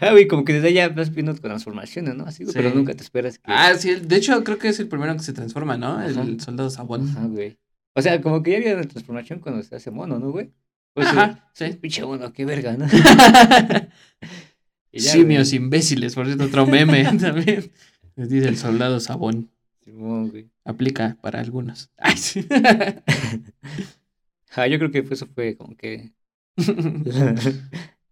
Speaker 4: Ah, güey, como que desde allá vas viendo transformaciones, ¿no? Así, güey,
Speaker 3: Sí.
Speaker 4: pero nunca te esperas que.
Speaker 3: Ah, sí, el- de hecho creo que es el primero que se transforma, ¿no? El
Speaker 4: Ajá.
Speaker 3: soldado Sabón.
Speaker 4: Ajá, güey. O sea, como que ya había una transformación cuando se hace mono, ¿no, güey? Pues, eh,
Speaker 3: Ajá, sí.
Speaker 4: pinche mono, qué verga, ¿no? Y ya,
Speaker 3: Simios
Speaker 4: güey.
Speaker 3: imbéciles, por cierto, otro meme también. Les dice el soldado Sabón.
Speaker 4: Simón, güey.
Speaker 3: Aplica para algunos. Ay, sí.
Speaker 4: Ah, yo creo que fue- eso fue como que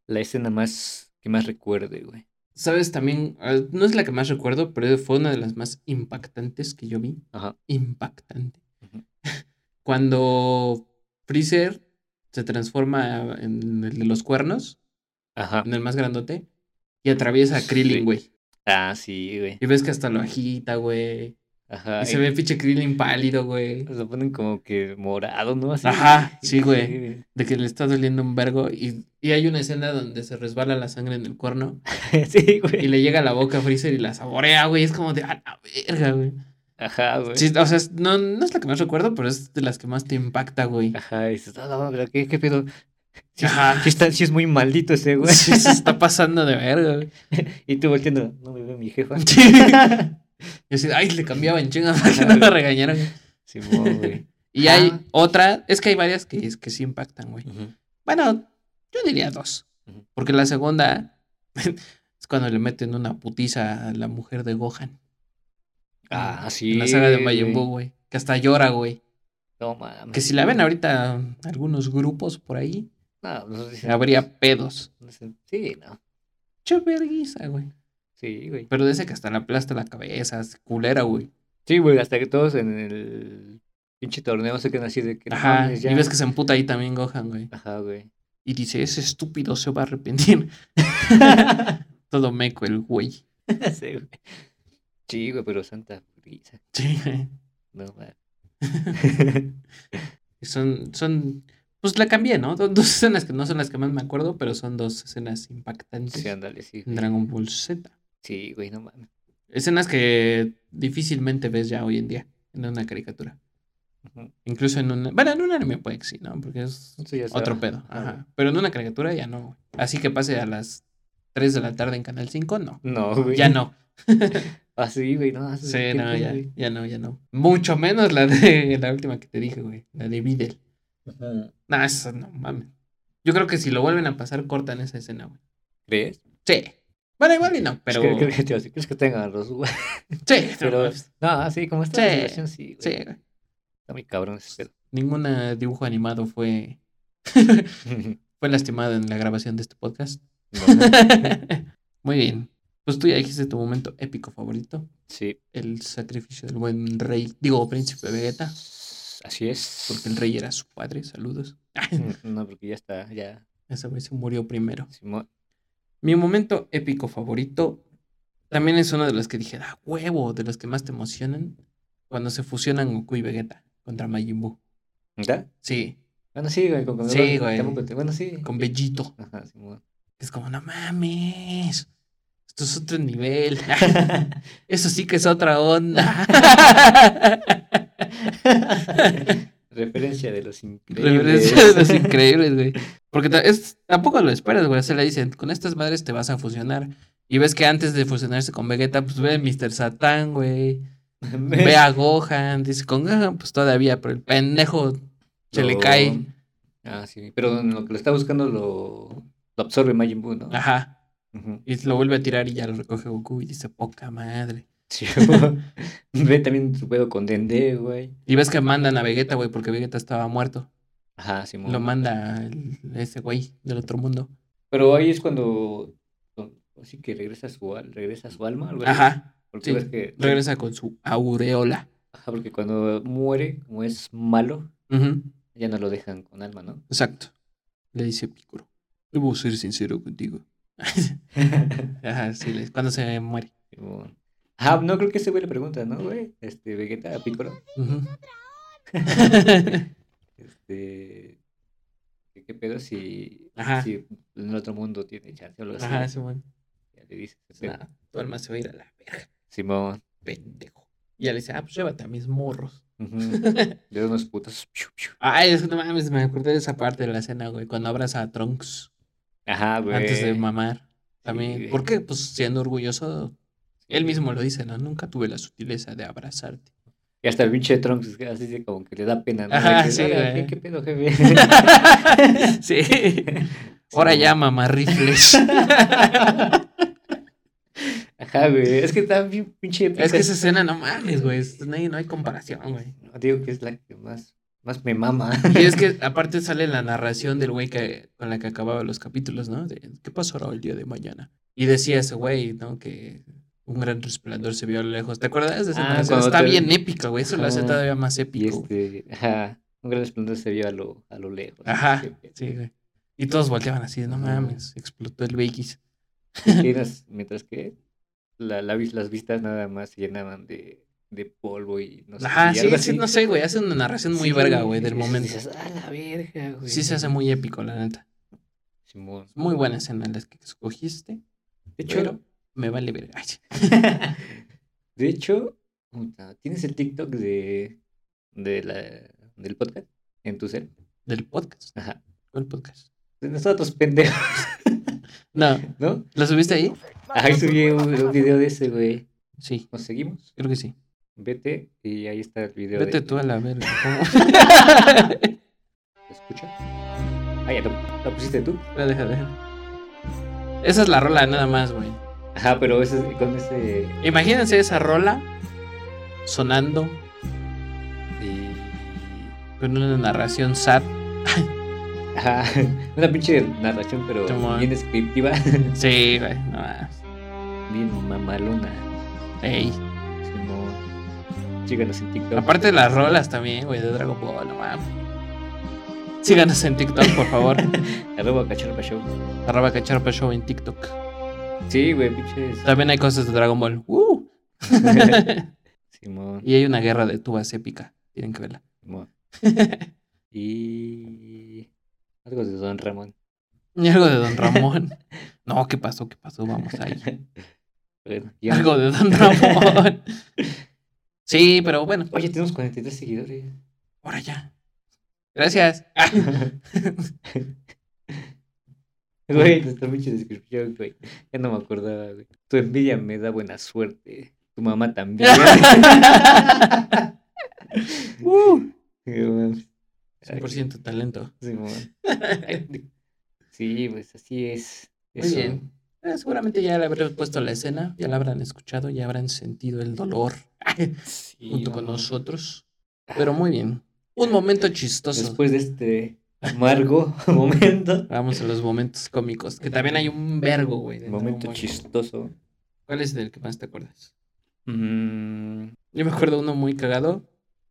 Speaker 4: la escena más que más recuerde, güey.
Speaker 3: Sabes también, eh, no es la que más recuerdo, pero fue una de las más impactantes que yo vi.
Speaker 4: Ajá.
Speaker 3: Impactante.
Speaker 4: Ujú.
Speaker 3: Cuando Freezer se transforma en el de los cuernos,
Speaker 4: Ajá.
Speaker 3: en el más grandote, y atraviesa a
Speaker 4: Ah. Sí.
Speaker 3: Krillin, güey.
Speaker 4: Ah, sí, güey.
Speaker 3: Y ves que hasta lo agita, güey.
Speaker 4: Ajá.
Speaker 3: Y se ve el pinche Krillin pálido, güey.
Speaker 4: Lo ponen como que morado, ¿no? Así.
Speaker 3: Ajá, sí, güey. De que le está doliendo un vergo. Y, y hay una escena donde se resbala la sangre en el cuerno.
Speaker 4: sí,
Speaker 3: Y
Speaker 4: güey.
Speaker 3: le llega a la boca a Freezer y la saborea, güey. Es como de, a la verga, güey.
Speaker 4: Ajá, güey.
Speaker 3: Sí, o sea, es- no, no es la que más recuerdo, pero es de las que más te impacta, güey.
Speaker 4: Ajá, y dices, "Ah, no, pero ¿qué, qué pedo? Sí,
Speaker 3: Ajá.
Speaker 4: sí está, sí es muy maldito ese, güey.
Speaker 3: Sí, se está pasando de verga, güey.
Speaker 4: Y tú volteando, no me ve mi jefa.
Speaker 3: Sí. Y así, ay, le cambiaba en chinga para que no lo regañaran.
Speaker 4: Simón, güey.
Speaker 3: Y hay
Speaker 4: Ah.
Speaker 3: otra, es que hay varias que, que sí impactan, güey.
Speaker 4: Ujú.
Speaker 3: Bueno, yo diría dos.
Speaker 4: Ujú.
Speaker 3: Porque la segunda es cuando le meten una putiza a la mujer de Gohan.
Speaker 4: Ah, sí.
Speaker 3: En la saga de Majin Buu,
Speaker 4: güey.
Speaker 3: güey. Que hasta llora, güey.
Speaker 4: No mames.
Speaker 3: Que si la ven ahorita algunos grupos por ahí,
Speaker 4: No, no sé si-
Speaker 3: habría pedos.
Speaker 4: no sé. Sí, no.
Speaker 3: Che vergüenza, güey.
Speaker 4: Sí, güey.
Speaker 3: Pero de ese que hasta le aplasta la cabeza, es culera, güey.
Speaker 4: Sí, güey, hasta que todos en el pinche torneo se quedan así de que. no
Speaker 3: Ajá.
Speaker 4: mames, ya.
Speaker 3: Y ves que se emputa ahí también Gohan, güey.
Speaker 4: Ajá, güey.
Speaker 3: Y dice, ese estúpido se va a arrepentir. Todo meco el güey.
Speaker 4: sí, güey. Sí, güey, pero santa prisa.
Speaker 3: Sí, güey.
Speaker 4: No mames.
Speaker 3: Y Son, son, pues la cambié, ¿no? Do- Dos escenas que no son las que más me acuerdo, pero son dos escenas impactantes
Speaker 4: sí, ándale, sí.
Speaker 3: en
Speaker 4: güey.
Speaker 3: Dragon Ball Z.
Speaker 4: Sí, güey, no mames.
Speaker 3: Escenas que difícilmente ves ya hoy en día en una caricatura.
Speaker 4: Ujú.
Speaker 3: Incluso en una... Bueno, en un anime puede que sí, ¿no? Porque es
Speaker 4: Eso ya está. Ah,
Speaker 3: otro pedo.
Speaker 4: Ajá,
Speaker 3: Ajá.
Speaker 4: güey.
Speaker 3: Pero en una caricatura ya no. güey. Así que pase a las 3 de la tarde en Canal 5, no.
Speaker 4: No, güey.
Speaker 3: Ya no.
Speaker 4: Así, güey, no. así,
Speaker 3: Sí,
Speaker 4: ¿qué
Speaker 3: no,
Speaker 4: pedo,
Speaker 3: ya,
Speaker 4: güey?
Speaker 3: ya no, ya no. Mucho menos la de la última que te dije, güey. La de Videl. No, eso no mames. Yo creo que si lo vuelven a pasar, cortan esa escena, güey.
Speaker 4: ¿Crees?
Speaker 3: Sí. Bueno, igual y no, pero.
Speaker 4: Pero... ¿Crees que, te- crees que tengan los güey?
Speaker 3: Sí, no
Speaker 4: Pero-
Speaker 3: mames.
Speaker 4: No, así como está
Speaker 3: Sí,
Speaker 4: la relación, sí, güey.
Speaker 3: Sí, güey.
Speaker 4: Está muy cabrón ese pedo.
Speaker 3: Ningún eh, dibujo animado fue. fue lastimado en la grabación de este podcast.
Speaker 4: No,
Speaker 3: Muy bien. Pues tú ya dijiste tu momento épico favorito:
Speaker 4: sí,
Speaker 3: el sacrificio del buen rey. Digo, príncipe Vegeta,
Speaker 4: así es. Mm,
Speaker 3: porque el rey era su padre. Saludos.
Speaker 4: No, porque ya está, ya.
Speaker 3: Esa vez se murió primero.
Speaker 4: Simón.
Speaker 3: Mi momento épico favorito también es uno de los que dije, ah, huevo, de los que más te emocionan, cuando se fusionan Goku y Vegeta contra Majin Buu.
Speaker 4: ¿Verdad?
Speaker 3: Sí,
Speaker 4: Bueno, sí, güey. Con, con-
Speaker 3: Sí,
Speaker 4: con-
Speaker 3: güey.
Speaker 4: tampoco te- Bueno, sí.
Speaker 3: con Bellito.
Speaker 4: Ajá, Simón.
Speaker 3: Es como, no mames, esto es otro nivel. Eso sí que es otra onda.
Speaker 4: Referencia de los increíbles.
Speaker 3: Referencias de los increíbles, güey. Porque ta- es, tampoco lo esperas, güey. Se le dicen, con estas madres te vas a fusionar. Y ves que antes de fusionarse con Vegeta, pues ve a Mr. Satan, güey. Ve a Gohan, dice con Gohan, pues todavía, pero el pendejo se le
Speaker 4: Lo-
Speaker 3: cae.
Speaker 4: Ah, sí. Pero en lo que lo está buscando lo, lo absorbe Majin Buu, ¿no?
Speaker 3: Ajá.
Speaker 4: Ujú.
Speaker 3: Y lo vuelve a tirar y ya lo recoge Goku y dice, poca madre.
Speaker 4: Sí, güey. Ve también su pedo con Dende, güey.
Speaker 3: Y ves que mandan a Vegeta, güey, porque Vegeta estaba muerto.
Speaker 4: Ajá, Simón.
Speaker 3: Lo manda el- ese güey del otro mundo.
Speaker 4: Pero ahí es cuando. Así que regresa su, al- regresa su alma, algo así.
Speaker 3: Ajá.
Speaker 4: Porque
Speaker 3: Sí.
Speaker 4: ves que-
Speaker 3: Regresa con su aureola.
Speaker 4: Ajá, porque cuando muere, como es malo,
Speaker 3: Ujú,
Speaker 4: ya no lo dejan con alma, ¿no?
Speaker 3: Exacto. Le dice Piccolo. Debo ser sincero contigo. Ajá, sí, le- cuando se muere.
Speaker 4: Simón. Ah, no creo que ese güey le pregunta, ¿no, güey? Este, Vegeta, Piccolo.
Speaker 3: Ujú.
Speaker 4: Este. ¿Qué, qué pedo si,
Speaker 3: Ajá.
Speaker 4: si en el otro mundo tiene chance o algo así?
Speaker 3: Ajá, sí, bueno.
Speaker 4: Ya le dices. este,
Speaker 3: Nada, tu alma se va a ir a la verga,
Speaker 4: Simón.
Speaker 3: pendejo. Y ella le dice, ah, pues llévate a mis morros.
Speaker 4: De unos putos. Piu, piu.
Speaker 3: Ay, es que no mames, me acordé de esa parte de la escena, güey, cuando abraza a Trunks
Speaker 4: Ajá, güey.
Speaker 3: antes de mamar. También,
Speaker 4: güey.
Speaker 3: ¿por qué? Pues siendo orgulloso, él mismo lo dice, ¿no? Nunca tuve la sutileza de abrazarte.
Speaker 4: Y hasta el pinche de Trunks es que así de como que le da pena. ¿no?
Speaker 3: Ajá,
Speaker 4: De que,
Speaker 3: sí,
Speaker 4: "Ahora,
Speaker 3: güey.
Speaker 4: ¿qué, ¿Qué pedo, jefe?
Speaker 3: sí. Ahora ya, mamá, rifles.
Speaker 4: Ajá, güey. Es que está bien pinche.
Speaker 3: es que
Speaker 4: épicas.
Speaker 3: esa escena, no mames, güey, es- no hay, no hay comparación, güey.
Speaker 4: No, digo que es la que más, más me mama.
Speaker 3: Y es que aparte sale la narración del güey que, con la que acababa los capítulos, ¿no? De, ¿Qué pasará el día de mañana? Y decía ese güey, ¿no? Que un gran resplandor se vio a lo lejos. ¿Te acuerdas de esa
Speaker 4: Ah,
Speaker 3: narración?
Speaker 4: cuando
Speaker 3: Está
Speaker 4: te-
Speaker 3: bien épica, güey. Eso lo hace
Speaker 4: Ajá.
Speaker 3: todavía más
Speaker 4: Y
Speaker 3: épico. güey.
Speaker 4: este, ajá, un gran esplendor se vio a lo, a lo lejos.
Speaker 3: Ajá,
Speaker 4: Qué pedo.
Speaker 3: sí, güey. Y todos volteaban así, no
Speaker 4: Ajá.
Speaker 3: mames, explotó el Biggies.
Speaker 4: Y las- mientras que la, la vis- las vistas nada más se llenaban de, de polvo y no sé.
Speaker 3: Ajá,
Speaker 4: y
Speaker 3: sí,
Speaker 4: algo
Speaker 3: sí,
Speaker 4: así.
Speaker 3: no sé, güey. Hace una narración muy
Speaker 4: Sí,
Speaker 3: verga, güey, del
Speaker 4: es-
Speaker 3: momento.
Speaker 4: dices, "Ah, la verga, güey".
Speaker 3: Sí se hace muy épico, la neta.
Speaker 4: Simón.
Speaker 3: Muy buena escena la que escogiste,
Speaker 4: De hecho,
Speaker 3: pero me vale verga. Ay,
Speaker 4: de hecho, puta, ¿tienes el TikTok de, de la, del podcast en tu cel?
Speaker 3: del podcast,
Speaker 4: Ajá.
Speaker 3: ¿cuál podcast?
Speaker 4: De nosotros, pendejos,
Speaker 3: No,
Speaker 4: ¿no?
Speaker 3: ¿lo subiste ahí?
Speaker 4: Ahí subí un, un video de ese, güey.
Speaker 3: Sí,
Speaker 4: ¿Nos seguimos?
Speaker 3: creo que sí.
Speaker 4: Vete y ahí está el video.
Speaker 3: Vete
Speaker 4: de-
Speaker 3: tú a la verga.
Speaker 4: ¿Lo escuchas? Ah, ya lo, lo pusiste tú.
Speaker 3: Deja, deja. Esa es la rola nada más, güey.
Speaker 4: Ajá, pero ese, con ese.
Speaker 3: Imagínense esa rola sonando eh,
Speaker 4: y-
Speaker 3: con una narración sad.
Speaker 4: Ajá. Una pinche narración, pero
Speaker 3: Simón.
Speaker 4: bien descriptiva.
Speaker 3: Sí, güey, no mames.
Speaker 4: bien mamalona.
Speaker 3: Ey.
Speaker 4: Simón. Síganos en TikTok.
Speaker 3: Aparte de las rolas también, güey, de Dragon Ball, no mames. Síganos en TikTok, por favor.
Speaker 4: Arroba cacharpa show.
Speaker 3: Arroba Cacharpa Show en TikTok.
Speaker 4: Sí, güey, pinches.
Speaker 3: También hay cosas de Dragon Ball. ¡Uh!
Speaker 4: Simón.
Speaker 3: y hay una guerra de tubas épica. Tienen que verla.
Speaker 4: Simón. Y. Algo de Don Ramón.
Speaker 3: Y algo de Don Ramón. No, ¿qué pasó? ¿Qué pasó? Vamos ahí.
Speaker 4: Bueno,
Speaker 3: Y
Speaker 4: ya.
Speaker 3: algo de Don Ramón. Sí, pero bueno,
Speaker 4: Oye, tenemos 43 seguidores.
Speaker 3: ahora ya. Gracias.
Speaker 4: Güey, está mucha descripción, güey. Ya no me acordaba, güey. Tu envidia me da buena suerte. Tu mamá también.
Speaker 3: Uh,
Speaker 4: Qué mames. Ay,
Speaker 3: 100% talento.
Speaker 4: sí, mamá. Ay, di- Sí, pues así es.
Speaker 3: Muy
Speaker 4: Eso.
Speaker 3: bien. Eh, seguramente ya le habré puesto la escena, ya la habrán escuchado, ya habrán sentido el dolor
Speaker 4: Sí,
Speaker 3: junto con
Speaker 4: mamá.
Speaker 3: nosotros. Pero muy bien. Un momento chistoso.
Speaker 4: Después de este amargo momento.
Speaker 3: Vamos a los momentos cómicos, que también hay un vergo, güey. de Dragon
Speaker 4: Momento
Speaker 3: Ball.
Speaker 4: chistoso.
Speaker 3: ¿Cuál es del que más te acuerdas?
Speaker 4: Mm,
Speaker 3: Yo me acuerdo uno muy cagado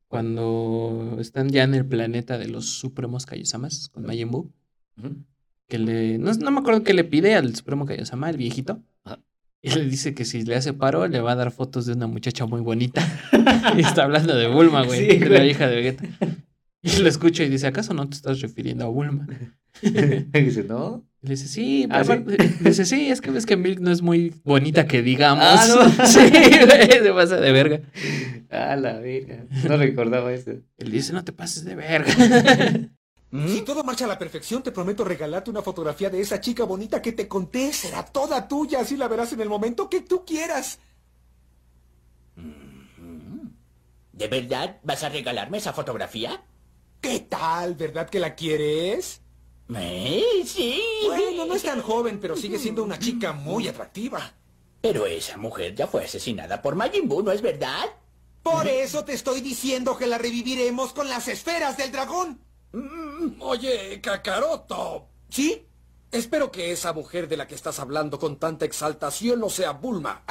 Speaker 3: cuando están ya en el planeta de los Supremos Kaiosamas con Majin Buu,
Speaker 4: ujú.
Speaker 3: que le no, no me acuerdo qué le pide al Supremo Kaiosama, el viejito.
Speaker 4: Ajá.
Speaker 3: Y le dice que si le hace paro le va a dar fotos de una muchacha muy bonita. y está hablando de Bulma, güey,
Speaker 4: Sí,
Speaker 3: de la
Speaker 4: güey.
Speaker 3: hija de Vegeta. Y lo escucha y dice, "¿Acaso no te estás refiriendo a Bulma?"
Speaker 4: Dice, ¿no?
Speaker 3: Y le dice, sí,
Speaker 4: ¿Ah,
Speaker 3: pero aparte-" le dice, sí, es que ves que Milk no es muy bonita que digamos.
Speaker 4: Ah, no.
Speaker 3: sí, güey, se pasa de verga.
Speaker 4: A la verga. No recordaba eso.
Speaker 3: Él dice, no te pases de verga.
Speaker 2: Mm.
Speaker 8: Si todo marcha a la perfección, te prometo regalarte una fotografía de esa chica bonita que te conté. Será toda tuya, así la verás en el momento que tú quieras.
Speaker 2: Mm-hmm. ¿De verdad vas a regalarme esa fotografía?
Speaker 8: ¿Qué tal? ¿Verdad que la quieres?
Speaker 2: Eh, Sí. Mm-hmm.
Speaker 8: Bueno, no es tan joven, pero sigue siendo una chica muy atractiva.
Speaker 2: Pero esa mujer ya fue asesinada por Majin Buu, ¿no es verdad?
Speaker 8: Por eso te estoy diciendo que la reviviremos con las esferas del dragón. oye, Kakaroto. ¿Sí? Espero que esa mujer de la que estás hablando con tanta exaltación no sea Bulma.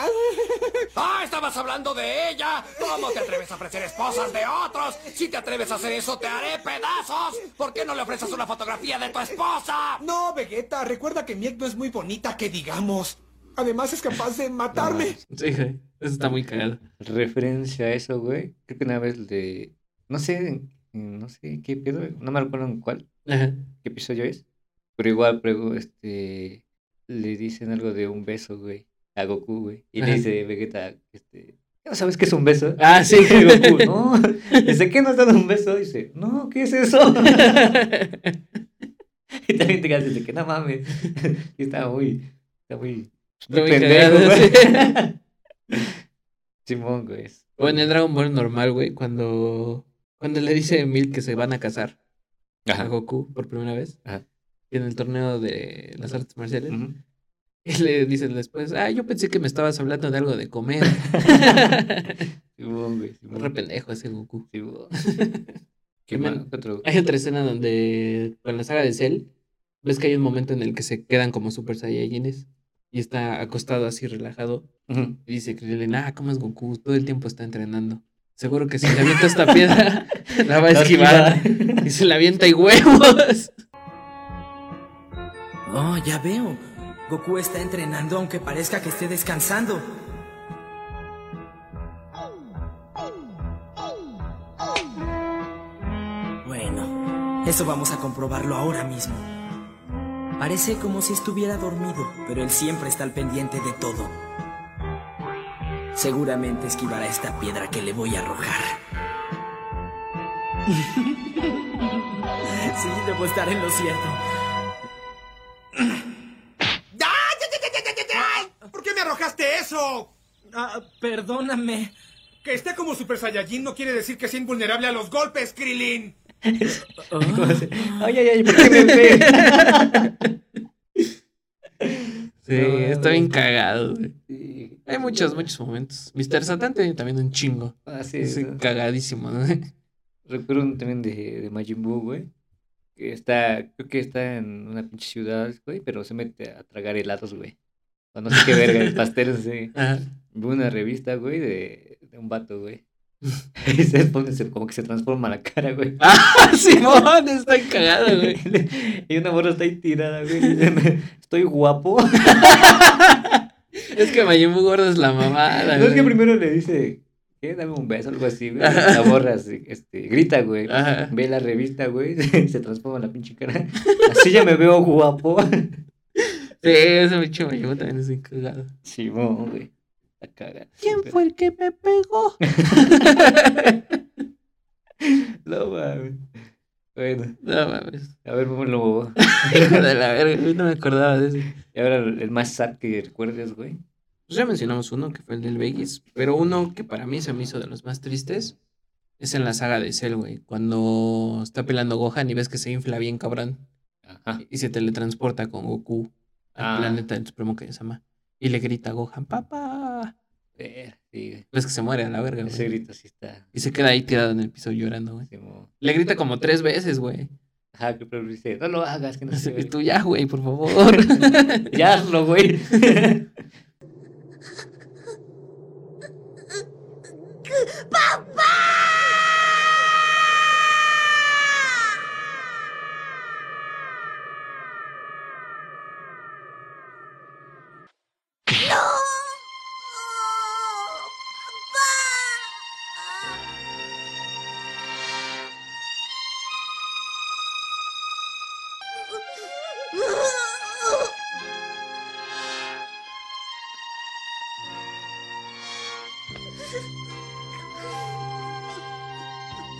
Speaker 8: ¡Ah, estabas hablando de ella! ¿Cómo te atreves a ofrecer esposas de otros? Si te atreves a hacer eso, te haré pedazos. ¿Por qué no le ofreces una fotografía de tu esposa? No, Vegeta, recuerda que Miek no es muy bonita, que digamos. Además es capaz de matarme.
Speaker 3: sí, güey, eso está muy cagado.
Speaker 4: referencia a eso, güey. Creo que una vez de. No sé, en- en- no sé qué pedo, no me acuerdo en cuál,
Speaker 3: Ajá.
Speaker 4: qué episodio es. Pero igual, luego, este. Le dicen algo de un beso, güey, a Goku, güey. Y le
Speaker 3: Ajá.
Speaker 4: dice Vegeta, este. ¿No sabes qué es un beso? Ah, sí, Goku, no. ¿Desde qué nos dan un beso? Dice, no, ¿qué es eso? y también te quedas, dice, que no mames. y está muy, está muy, muy
Speaker 3: muy
Speaker 4: pendejo,
Speaker 3: cagado,
Speaker 4: güey. Simón, güey. es-
Speaker 3: O en el Dragon Ball normal, güey, cuando, cuando le dice a Milk que se van a casar a
Speaker 4: Ajá.
Speaker 3: Goku por primera vez
Speaker 4: Ajá.
Speaker 3: en el torneo de las artes marciales.
Speaker 4: Ujú.
Speaker 3: Y le dicen después, ah, yo pensé que me estabas hablando de algo de comer.
Speaker 4: Simón, güey. Simón.
Speaker 3: Re pendejo ese Goku.
Speaker 4: Simón.
Speaker 3: ¿Qué
Speaker 4: ¿Qué
Speaker 3: mal?
Speaker 4: más? ¿Qué otro?
Speaker 3: Hay otra escena donde, con la saga de Cell, ves que hay un momento en el que se quedan como Super Saiyajines y está acostado así relajado.
Speaker 4: Ujú.
Speaker 3: Y dice Krillin, ah, ¿cómo es Goku? Todo el tiempo está entrenando. Seguro que si le avienta esta piedra, la va a
Speaker 4: La
Speaker 3: esquivar.
Speaker 4: esquivada.
Speaker 3: Y se la avienta y huevos.
Speaker 9: Oh, ya veo. Goku está entrenando aunque parezca que esté descansando. Bueno, eso vamos a comprobarlo ahora mismo. Parece como si estuviera dormido, pero él siempre está al pendiente de todo. Seguramente esquivará esta piedra que le voy a arrojar. sí, debo estar en lo cierto.
Speaker 8: ¡Ay, ay, ay, ay, ay, ay, ay! ¿Por qué me arrojaste eso?
Speaker 9: Ah, perdóname.
Speaker 8: Que esté como Super Saiyajin no quiere decir que sea invulnerable a los golpes, Krillin.
Speaker 4: Ay, ay, ay, ¿por qué me ve?
Speaker 3: Sí,
Speaker 4: No,
Speaker 3: está bien
Speaker 4: güey.
Speaker 3: cagado. güey.
Speaker 4: Sí.
Speaker 3: Hay muchos, muchos momentos. Mr. Satan tiene también un chingo.
Speaker 4: Ah, sí,
Speaker 3: Es
Speaker 4: ¿no?
Speaker 3: cagadísimo, ¿no?
Speaker 4: Recuerdo uno también de, de Majin Buu, güey. Que está, creo que está en una pinche ciudad, güey, pero se mete a tragar helados, güey. O no sé qué verga, el pastel, no sé.
Speaker 3: Ajá.
Speaker 4: Veo una revista, güey, de, de un vato, güey. Y se pone, se- como que se transforma la cara, güey.
Speaker 3: ¡Ah, Simón! Está bien cagado, güey.
Speaker 4: Y una morra está ahí tirada, güey. y dice, "Me- Estoy guapo.
Speaker 3: Es que Majin Buu gordo es la mamada.
Speaker 4: No es que
Speaker 3: güey.
Speaker 4: primero le dice, ¿qué? Dame un beso, algo así, güey. La morra así, este, grita, güey.
Speaker 3: Ajá.
Speaker 4: Ve la revista, güey, se transforma en la pinche cara. Así ya me veo guapo.
Speaker 3: Sí, ese bicho Majin Buu también es bien cagado.
Speaker 4: Simón, güey. La caga.
Speaker 3: ¿Quién fue el que me pegó?
Speaker 4: No mames. Bueno,
Speaker 3: No mames.
Speaker 4: a ver, vámonos.
Speaker 3: Hijo de la verga, güey, no me acordaba de eso.
Speaker 4: Y ahora el más sad que recuerdes, güey.
Speaker 3: Pues ya mencionamos uno que fue el del Vegas, pero uno que para mí se me hizo de los más tristes es en la saga de Cell, güey. Cuando está pelando Gohan y ves que se infla bien cabrón
Speaker 4: Ajá.
Speaker 3: y se teletransporta con Goku al
Speaker 4: Ah.
Speaker 3: planeta del Supremo Kaiyosama y le grita a Gohan, papá.
Speaker 4: Ver, sí, güey.
Speaker 3: Ves que se muere a la verga,
Speaker 4: Ese
Speaker 3: güey.
Speaker 4: grito sí está.
Speaker 3: Y se queda ahí tirado en el piso llorando, güey.
Speaker 4: Simón.
Speaker 3: Le grita como tres veces, güey.
Speaker 4: Ajá, que pero dice, no lo hagas, que no
Speaker 3: Así
Speaker 4: sé.
Speaker 3: que
Speaker 4: qué".
Speaker 3: tú ya, güey, por favor.
Speaker 4: Ya hazlo, güey.
Speaker 7: ¡No! ¡Papá!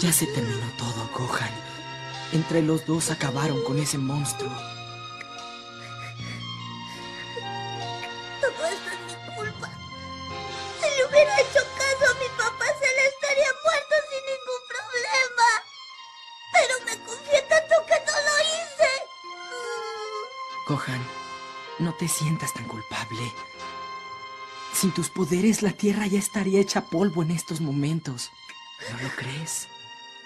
Speaker 9: Ya se terminó todo, Gohan. Entre los dos acabaron con ese monstruo.
Speaker 7: Todo esto es mi culpa. Si le hubiera hecho caso a mi papá, se le estaría muerto sin ningún problema. Pero me confié tanto que no lo hice.
Speaker 9: Gohan, no te sientas tan culpable. Sin tus poderes, la Tierra ya estaría hecha polvo en estos momentos. ¿No lo crees?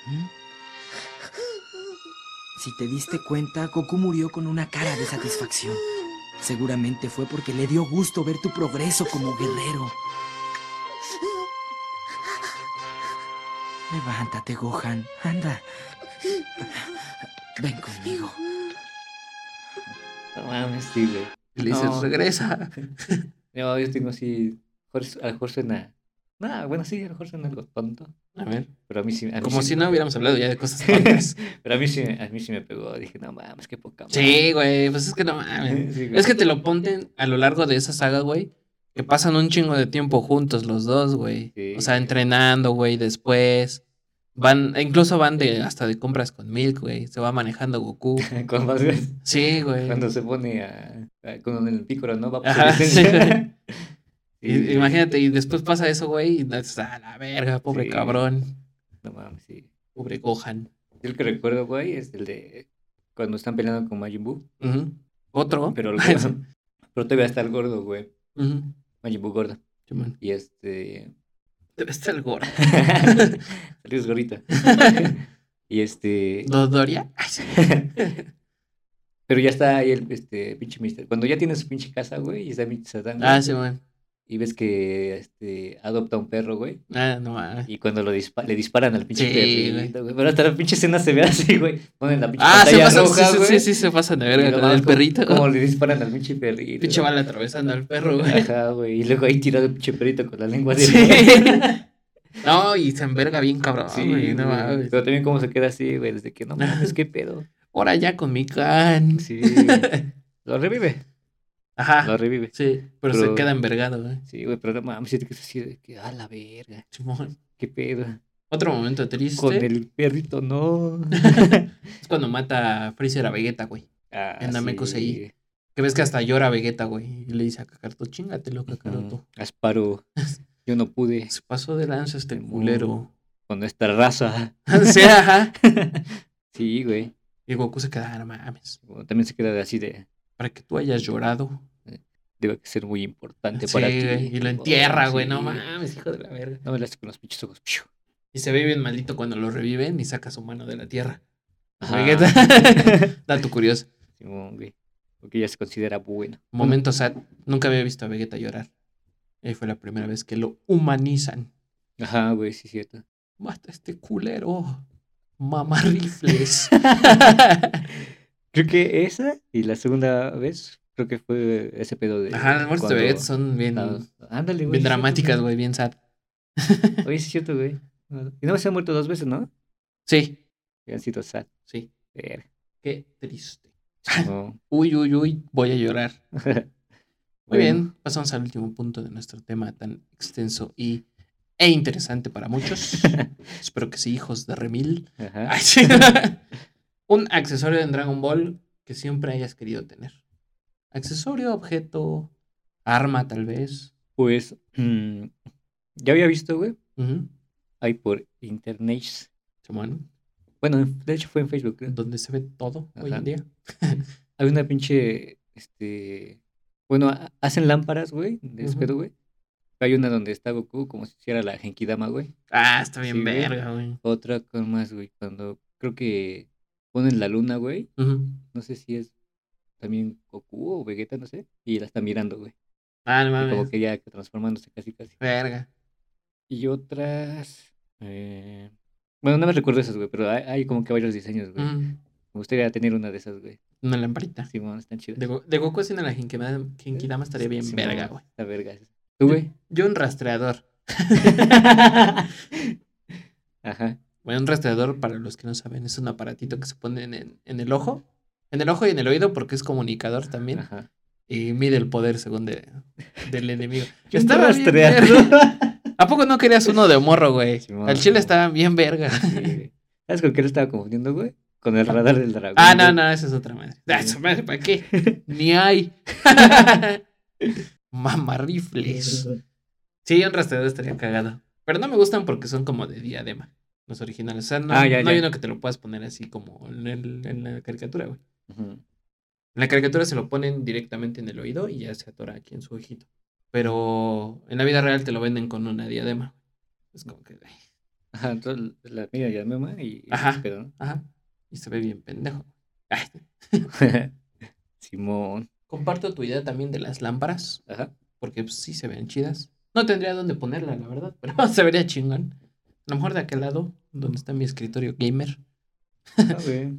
Speaker 9: ¿Mm? Si te diste cuenta, Goku murió con una cara de satisfacción. Seguramente fue porque le dio gusto ver tu progreso como guerrero. Levántate, Gohan. Anda. Ven conmigo.
Speaker 4: No mames, sí, güey.
Speaker 3: Y le dices,
Speaker 4: No.
Speaker 3: regresa.
Speaker 4: No, yo tengo así. Jorge- A lo mejor suena. No, bueno, sí, a lo mejor suena algo tonto.
Speaker 3: A ver,
Speaker 4: Pero a mí sí. a mí
Speaker 3: como
Speaker 4: sí
Speaker 3: si
Speaker 4: me-
Speaker 3: no hubiéramos hablado ya de cosas tontas.
Speaker 4: Pero a mí sí, a mí sí me pegó. Dije, no mames, qué poca madre.
Speaker 3: Sí, güey, pues es que no mames.
Speaker 4: Sí, güey.
Speaker 3: Es que te lo ponen a lo largo de esa saga, güey. Que pasan un chingo de tiempo juntos los dos, güey.
Speaker 4: Sí.
Speaker 3: O sea, entrenando, güey, después. Van, e incluso van de hasta de compras con Milk, güey. Se va manejando Goku.
Speaker 4: Con más gas.
Speaker 3: Sí, güey.
Speaker 4: Cuando se pone a, a- con el pícoro, ¿no? Va por su
Speaker 3: Ajá,
Speaker 4: licencia.
Speaker 3: Y-
Speaker 4: Sí,
Speaker 3: Imagínate, y después pasa eso, güey, y dices, "Ah, la verga, pobre
Speaker 4: Sí.
Speaker 3: cabrón,
Speaker 4: No mames, sí.
Speaker 3: pobre Gohan.
Speaker 4: Yo el que recuerdo, güey, es el de cuando están peleando con Majin Buu.
Speaker 3: Ujú. Otro.
Speaker 4: Pero, pero todavía está el gordo, güey.
Speaker 3: Ujú.
Speaker 4: Majin Buu gordo.
Speaker 3: Simón.
Speaker 4: Y este.
Speaker 3: Debe estar el gordo.
Speaker 4: Salió es gordita. y este.
Speaker 3: ¿Dodoria? Ah,
Speaker 4: Pero ya está ahí el este, pinche mister. Cuando ya tiene su pinche casa, güey, y está pinche Satán. güey,
Speaker 3: Ah, Simón.
Speaker 4: Y ves que este, adopta un perro, güey.
Speaker 3: Ah, no mames.
Speaker 4: Y cuando lo dispa- le disparan al pinche
Speaker 3: Sí,
Speaker 4: perrito, güey. Pero hasta la pinche escena se ve así, güey. Ponen la pinche
Speaker 3: Ah, se
Speaker 4: pantalla
Speaker 3: pasan,
Speaker 4: roja,
Speaker 3: sí, sí,
Speaker 4: güey.
Speaker 3: sí, sí, se pasan de
Speaker 4: y
Speaker 3: verga
Speaker 4: lo
Speaker 3: con
Speaker 4: más
Speaker 3: el
Speaker 4: como-
Speaker 3: perrito.
Speaker 4: Como le disparan al pinche perrito.
Speaker 3: Pinche
Speaker 4: güey.
Speaker 3: bala atravesando al perro, güey.
Speaker 4: Ajá, güey. Y luego ahí tirado el pinche perrito con la lengua de
Speaker 3: Sí. No, y se enverga bien cabrón,
Speaker 4: Sí,
Speaker 3: güey, no
Speaker 4: güey.
Speaker 3: mames.
Speaker 4: Pero también cómo se queda así, güey, desde que no mames, qué pedo.
Speaker 3: Ahora ya con mi can.
Speaker 4: Sí, güey. Lo revive,
Speaker 3: Ajá.
Speaker 4: lo revive.
Speaker 3: Ah, Sí, pero, se
Speaker 4: Pero-
Speaker 3: queda envergado, güey.
Speaker 4: Sí, güey, pero no mames, siento que es así de que, a la verga,
Speaker 3: Simón.
Speaker 4: qué pedo.
Speaker 3: Otro momento triste
Speaker 4: Con el perrito, no.
Speaker 3: es cuando mata a Freezer a Vegeta, güey.
Speaker 4: Ah,
Speaker 3: En Namekusei.
Speaker 4: sí.
Speaker 3: Que ves que hasta llora Vegeta, güey. Y le dice a Kakaroto, chingatelo, Kakaroto.
Speaker 4: Ujú. Asparo, yo no pude
Speaker 3: Se pasó de lanza este
Speaker 4: Simón.
Speaker 3: culero.
Speaker 4: con nuestra raza.
Speaker 3: sí, ajá.
Speaker 4: Sí, güey.
Speaker 3: Y Goku se queda, "Ah, no mames.
Speaker 4: Bueno, también se queda así de,
Speaker 3: Para que tú hayas llorado.
Speaker 4: debe ser muy importante
Speaker 3: Sí,
Speaker 4: para ti.
Speaker 3: güey, Y lo
Speaker 4: Oh,
Speaker 3: entierra, güey.
Speaker 4: sí.
Speaker 3: No mames, hijo de la verga.
Speaker 4: No me la hace con los pinches ojos. Piu.
Speaker 3: Y se ve bien maldito cuando lo reviven y saca su mano de la tierra.
Speaker 4: Ajá.
Speaker 3: Vegeta. Dato curioso.
Speaker 4: Simón, güey. Porque ya se considera bueno.
Speaker 3: Momento sad. Nunca había visto a Vegeta llorar. Eh, fue la primera vez que lo humanizan.
Speaker 4: Ajá, güey, sí, cierto.
Speaker 3: Mata a este culero. Mamá rifles.
Speaker 4: Creo que esa y la segunda vez, creo que fue ese pedo de.
Speaker 3: Ajá, las muertes de
Speaker 4: cuando-
Speaker 3: Vegeta son bien,
Speaker 4: Las- Ándale, güey.
Speaker 3: bien
Speaker 4: sí,
Speaker 3: dramáticas, güey, bien sad.
Speaker 4: cierto, Oye, sí, cierto, güey. Y no se ha muerto dos veces, ¿no?
Speaker 3: Sí,
Speaker 4: Y han sido sad.
Speaker 3: sí.
Speaker 4: Verga.
Speaker 3: Qué triste.
Speaker 4: No.
Speaker 3: Uy, uy, uy, voy a llorar. Muy
Speaker 4: Bueno,
Speaker 3: bien, pasamos al último punto de nuestro tema tan extenso y, e interesante para muchos. Espero que sí, hijos de Remil.
Speaker 4: Ajá.
Speaker 3: Ay, sí. Un accesorio en Dragon Ball que siempre hayas querido tener. Accesorio, objeto, arma tal vez.
Speaker 4: Pues. mm, ya había visto, güey.
Speaker 3: Ujú.
Speaker 4: Ahí por internet.
Speaker 3: Simón,
Speaker 4: Bueno, de hecho fue en Facebook, creo.
Speaker 3: donde se ve todo hoy
Speaker 4: Ajá.
Speaker 3: en día.
Speaker 4: Hay una pinche, este, bueno, ha- hacen lámparas, güey, de ese
Speaker 3: Ujú.
Speaker 4: pedo, güey. Hay una donde está Goku como si hiciera la Genkidama, güey.
Speaker 3: Ah, está bien
Speaker 4: Sí, güey.
Speaker 3: verga, güey.
Speaker 4: Otra con más, güey, cuando creo que ponen la luna, güey.
Speaker 3: Ujú.
Speaker 4: No sé si es también Goku o Vegeta, no sé. Y la está mirando, güey.
Speaker 3: Ah, no
Speaker 4: y
Speaker 3: mames.
Speaker 4: Como que ya transformándose casi, casi.
Speaker 3: Verga.
Speaker 4: Y otras, eh, bueno, no me recuerdo esas, güey, pero hay, hay como que varios diseños, güey.
Speaker 3: Ujú.
Speaker 4: Me gustaría tener una de esas, güey.
Speaker 3: Una lamparita.
Speaker 4: Simón, están chidas.
Speaker 3: De, Go- de Goku haciendo la Genkidama Genkidama estaría bien
Speaker 4: Simón,
Speaker 3: verga, güey.
Speaker 4: Está verga. ¿Tú, güey?
Speaker 3: Yo un rastreador.
Speaker 4: Ajá.
Speaker 3: Bueno, un rastreador, para los que no saben, es un aparatito que se pone en, en- en el ojo. En el ojo y en el oído, porque es comunicador también.
Speaker 4: Ajá.
Speaker 3: Y mide el poder según de- del enemigo.
Speaker 4: Yo
Speaker 3: Está
Speaker 4: estaba
Speaker 3: bien verga. ¿A poco no querías uno de morro, güey?
Speaker 4: Simón,
Speaker 3: Al chile
Speaker 4: Simón.
Speaker 3: estaba bien verga.
Speaker 4: ¿Sabes con qué lo estaba confundiendo, güey? Con el radar del dragón.
Speaker 3: Ah, no,
Speaker 4: güey.
Speaker 3: no, esa es otra madre. Ah, esa madre, ¿para qué? Ni hay. Mamarrifles. Sí, un rastreador estaría cagado. Pero no me gustan porque son como de diadema, los originales. O sea, no,
Speaker 4: Ah, ya,
Speaker 3: no hay
Speaker 4: ya.
Speaker 3: uno que te lo puedas poner así como en, el- en la caricatura, güey.
Speaker 4: Ujú.
Speaker 3: En la caricatura se lo ponen directamente en el oído y ya se atora aquí en su ojito. Pero en la vida real te lo venden con una diadema. Es como que. ay,
Speaker 4: Ajá, entonces la mira y la mema y.
Speaker 3: Ajá.
Speaker 4: Pero,
Speaker 3: Ajá. Y se ve bien pendejo. Ay.
Speaker 4: Simón.
Speaker 3: Comparto tu idea también de las lámparas.
Speaker 4: Ajá.
Speaker 3: porque pues, sí se ven chidas. No tendría dónde ponerla, la verdad, pero se vería chingón. A lo mejor de aquel lado, donde está mi escritorio gamer.
Speaker 4: Ah, güey.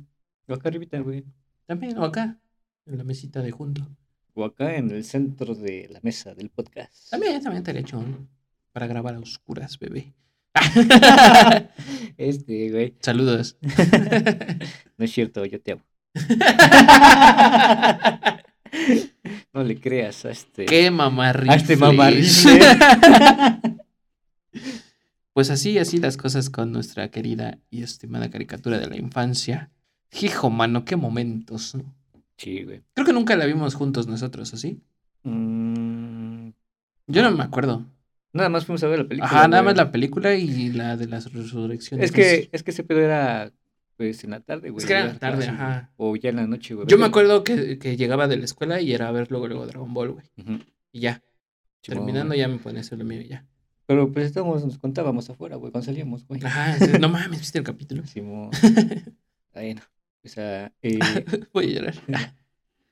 Speaker 4: O acá arribita, güey.
Speaker 3: También, o acá, en la mesita de junto.
Speaker 4: O acá en el centro de la mesa del podcast.
Speaker 3: También, también estaría chingón. Para grabar a oscuras, bebé.
Speaker 4: Este, güey.
Speaker 3: Saludos.
Speaker 4: No es cierto, yo te amo. No le creas a este.
Speaker 3: ¡Qué mamarrifles!
Speaker 4: A este mamarrifle.
Speaker 3: Pues así, así las cosas con nuestra querida y estimada caricatura de la infancia. Hijo, mano, qué momentos. ¿no?
Speaker 4: Sí, güey.
Speaker 3: Creo que nunca la vimos juntos nosotros, ¿o sí?
Speaker 4: Mm,
Speaker 3: Yo no me acuerdo.
Speaker 4: nada más fuimos a ver la película.
Speaker 3: Ajá, nada
Speaker 4: güey.
Speaker 3: más la película y la de las resurrecciones.
Speaker 4: Es que, es que ese pedo era pues en la tarde, güey.
Speaker 3: Es que era en
Speaker 4: ya
Speaker 3: la tarde,
Speaker 4: casi,
Speaker 3: ajá.
Speaker 4: O ya en la noche, güey.
Speaker 3: Yo me acuerdo que, que llegaba de la escuela y era a ver luego, luego Dragon Ball, güey.
Speaker 4: Ujú.
Speaker 3: Y ya.
Speaker 4: Simón,
Speaker 3: Terminando
Speaker 4: güey.
Speaker 3: ya me ponía a hacer lo mío y ya.
Speaker 4: Pero pues estábamos, nos contábamos afuera, güey, cuando salíamos, güey.
Speaker 3: Ajá, sí, no mames, ¿viste el capítulo?
Speaker 4: Simón. Bueno, o sea, eh,
Speaker 3: Voy a llorar.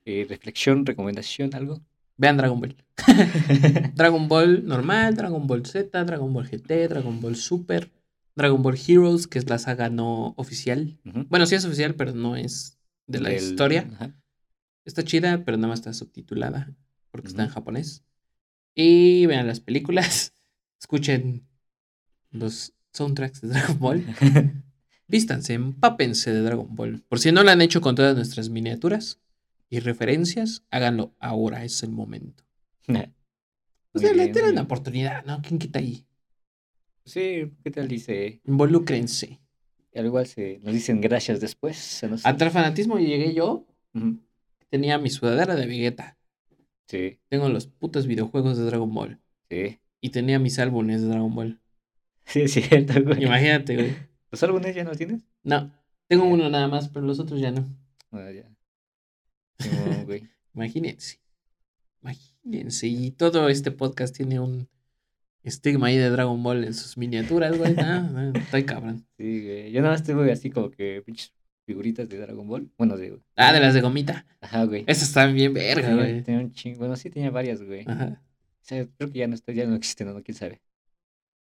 Speaker 4: eh, reflexión, recomendación, algo.
Speaker 3: Vean Dragon Ball. Dragon Ball normal, Dragon Ball Z, Dragon Ball GT, Dragon Ball Super, Dragon Ball Heroes, que es la saga no oficial.
Speaker 4: Ujú.
Speaker 3: Bueno, sí es oficial, pero no es de la
Speaker 4: Del-
Speaker 3: historia.
Speaker 4: ajá.
Speaker 3: Está chida, pero nada más está subtitulada porque está en
Speaker 4: Ujú.
Speaker 3: japonés. Y vean las películas, escuchen los soundtracks de Dragon Ball, vístanse, empápense de Dragon Ball. Por si no lo han hecho con todas nuestras miniaturas y referencias, háganlo ahora, es el momento. O
Speaker 4: Eh. Muy
Speaker 3: sea, le
Speaker 4: bien,
Speaker 3: tienen
Speaker 4: muy
Speaker 3: una
Speaker 4: bien.
Speaker 3: oportunidad, ¿no? ¿Quién quita ahí?
Speaker 4: Sí, ¿qué tal dice?
Speaker 3: Involúcrense.
Speaker 4: Al igual se nos dicen gracias después. a nos-
Speaker 3: Hasta el fanatismo llegué yo,
Speaker 4: Ujú.
Speaker 3: tenía mi sudadera de Vegeta,
Speaker 4: Sí,
Speaker 3: tengo los putos videojuegos de Dragon Ball
Speaker 4: sí.
Speaker 3: y tenía mis álbumes de Dragon Ball.
Speaker 4: Sí, es cierto, güey.
Speaker 3: Imagínate, güey.
Speaker 4: ¿Los álbumes ya no tienes?
Speaker 3: No, tengo uno nada más, pero los otros ya no.
Speaker 4: Ah, ya. Simón, güey.
Speaker 3: Imagínense. Imagínense. Y todo este podcast tiene un estigma ahí de Dragon Ball en sus miniaturas, güey. No, no, estoy cabrón.
Speaker 4: Sí, güey. Yo nada más tengo así como que pinches figuritas de Dragon Ball. Bueno, de.
Speaker 3: Ah, de las de gomita.
Speaker 4: Ajá, güey.
Speaker 3: Esas están bien verga,
Speaker 4: Tenía-
Speaker 3: güey. Ah.
Speaker 4: tenía un chingo. Bueno, sí tenía varias, güey. O
Speaker 3: Ajá.
Speaker 4: sea, creo que ya no, está, ya no existen, ¿no? ¿Quién sabe?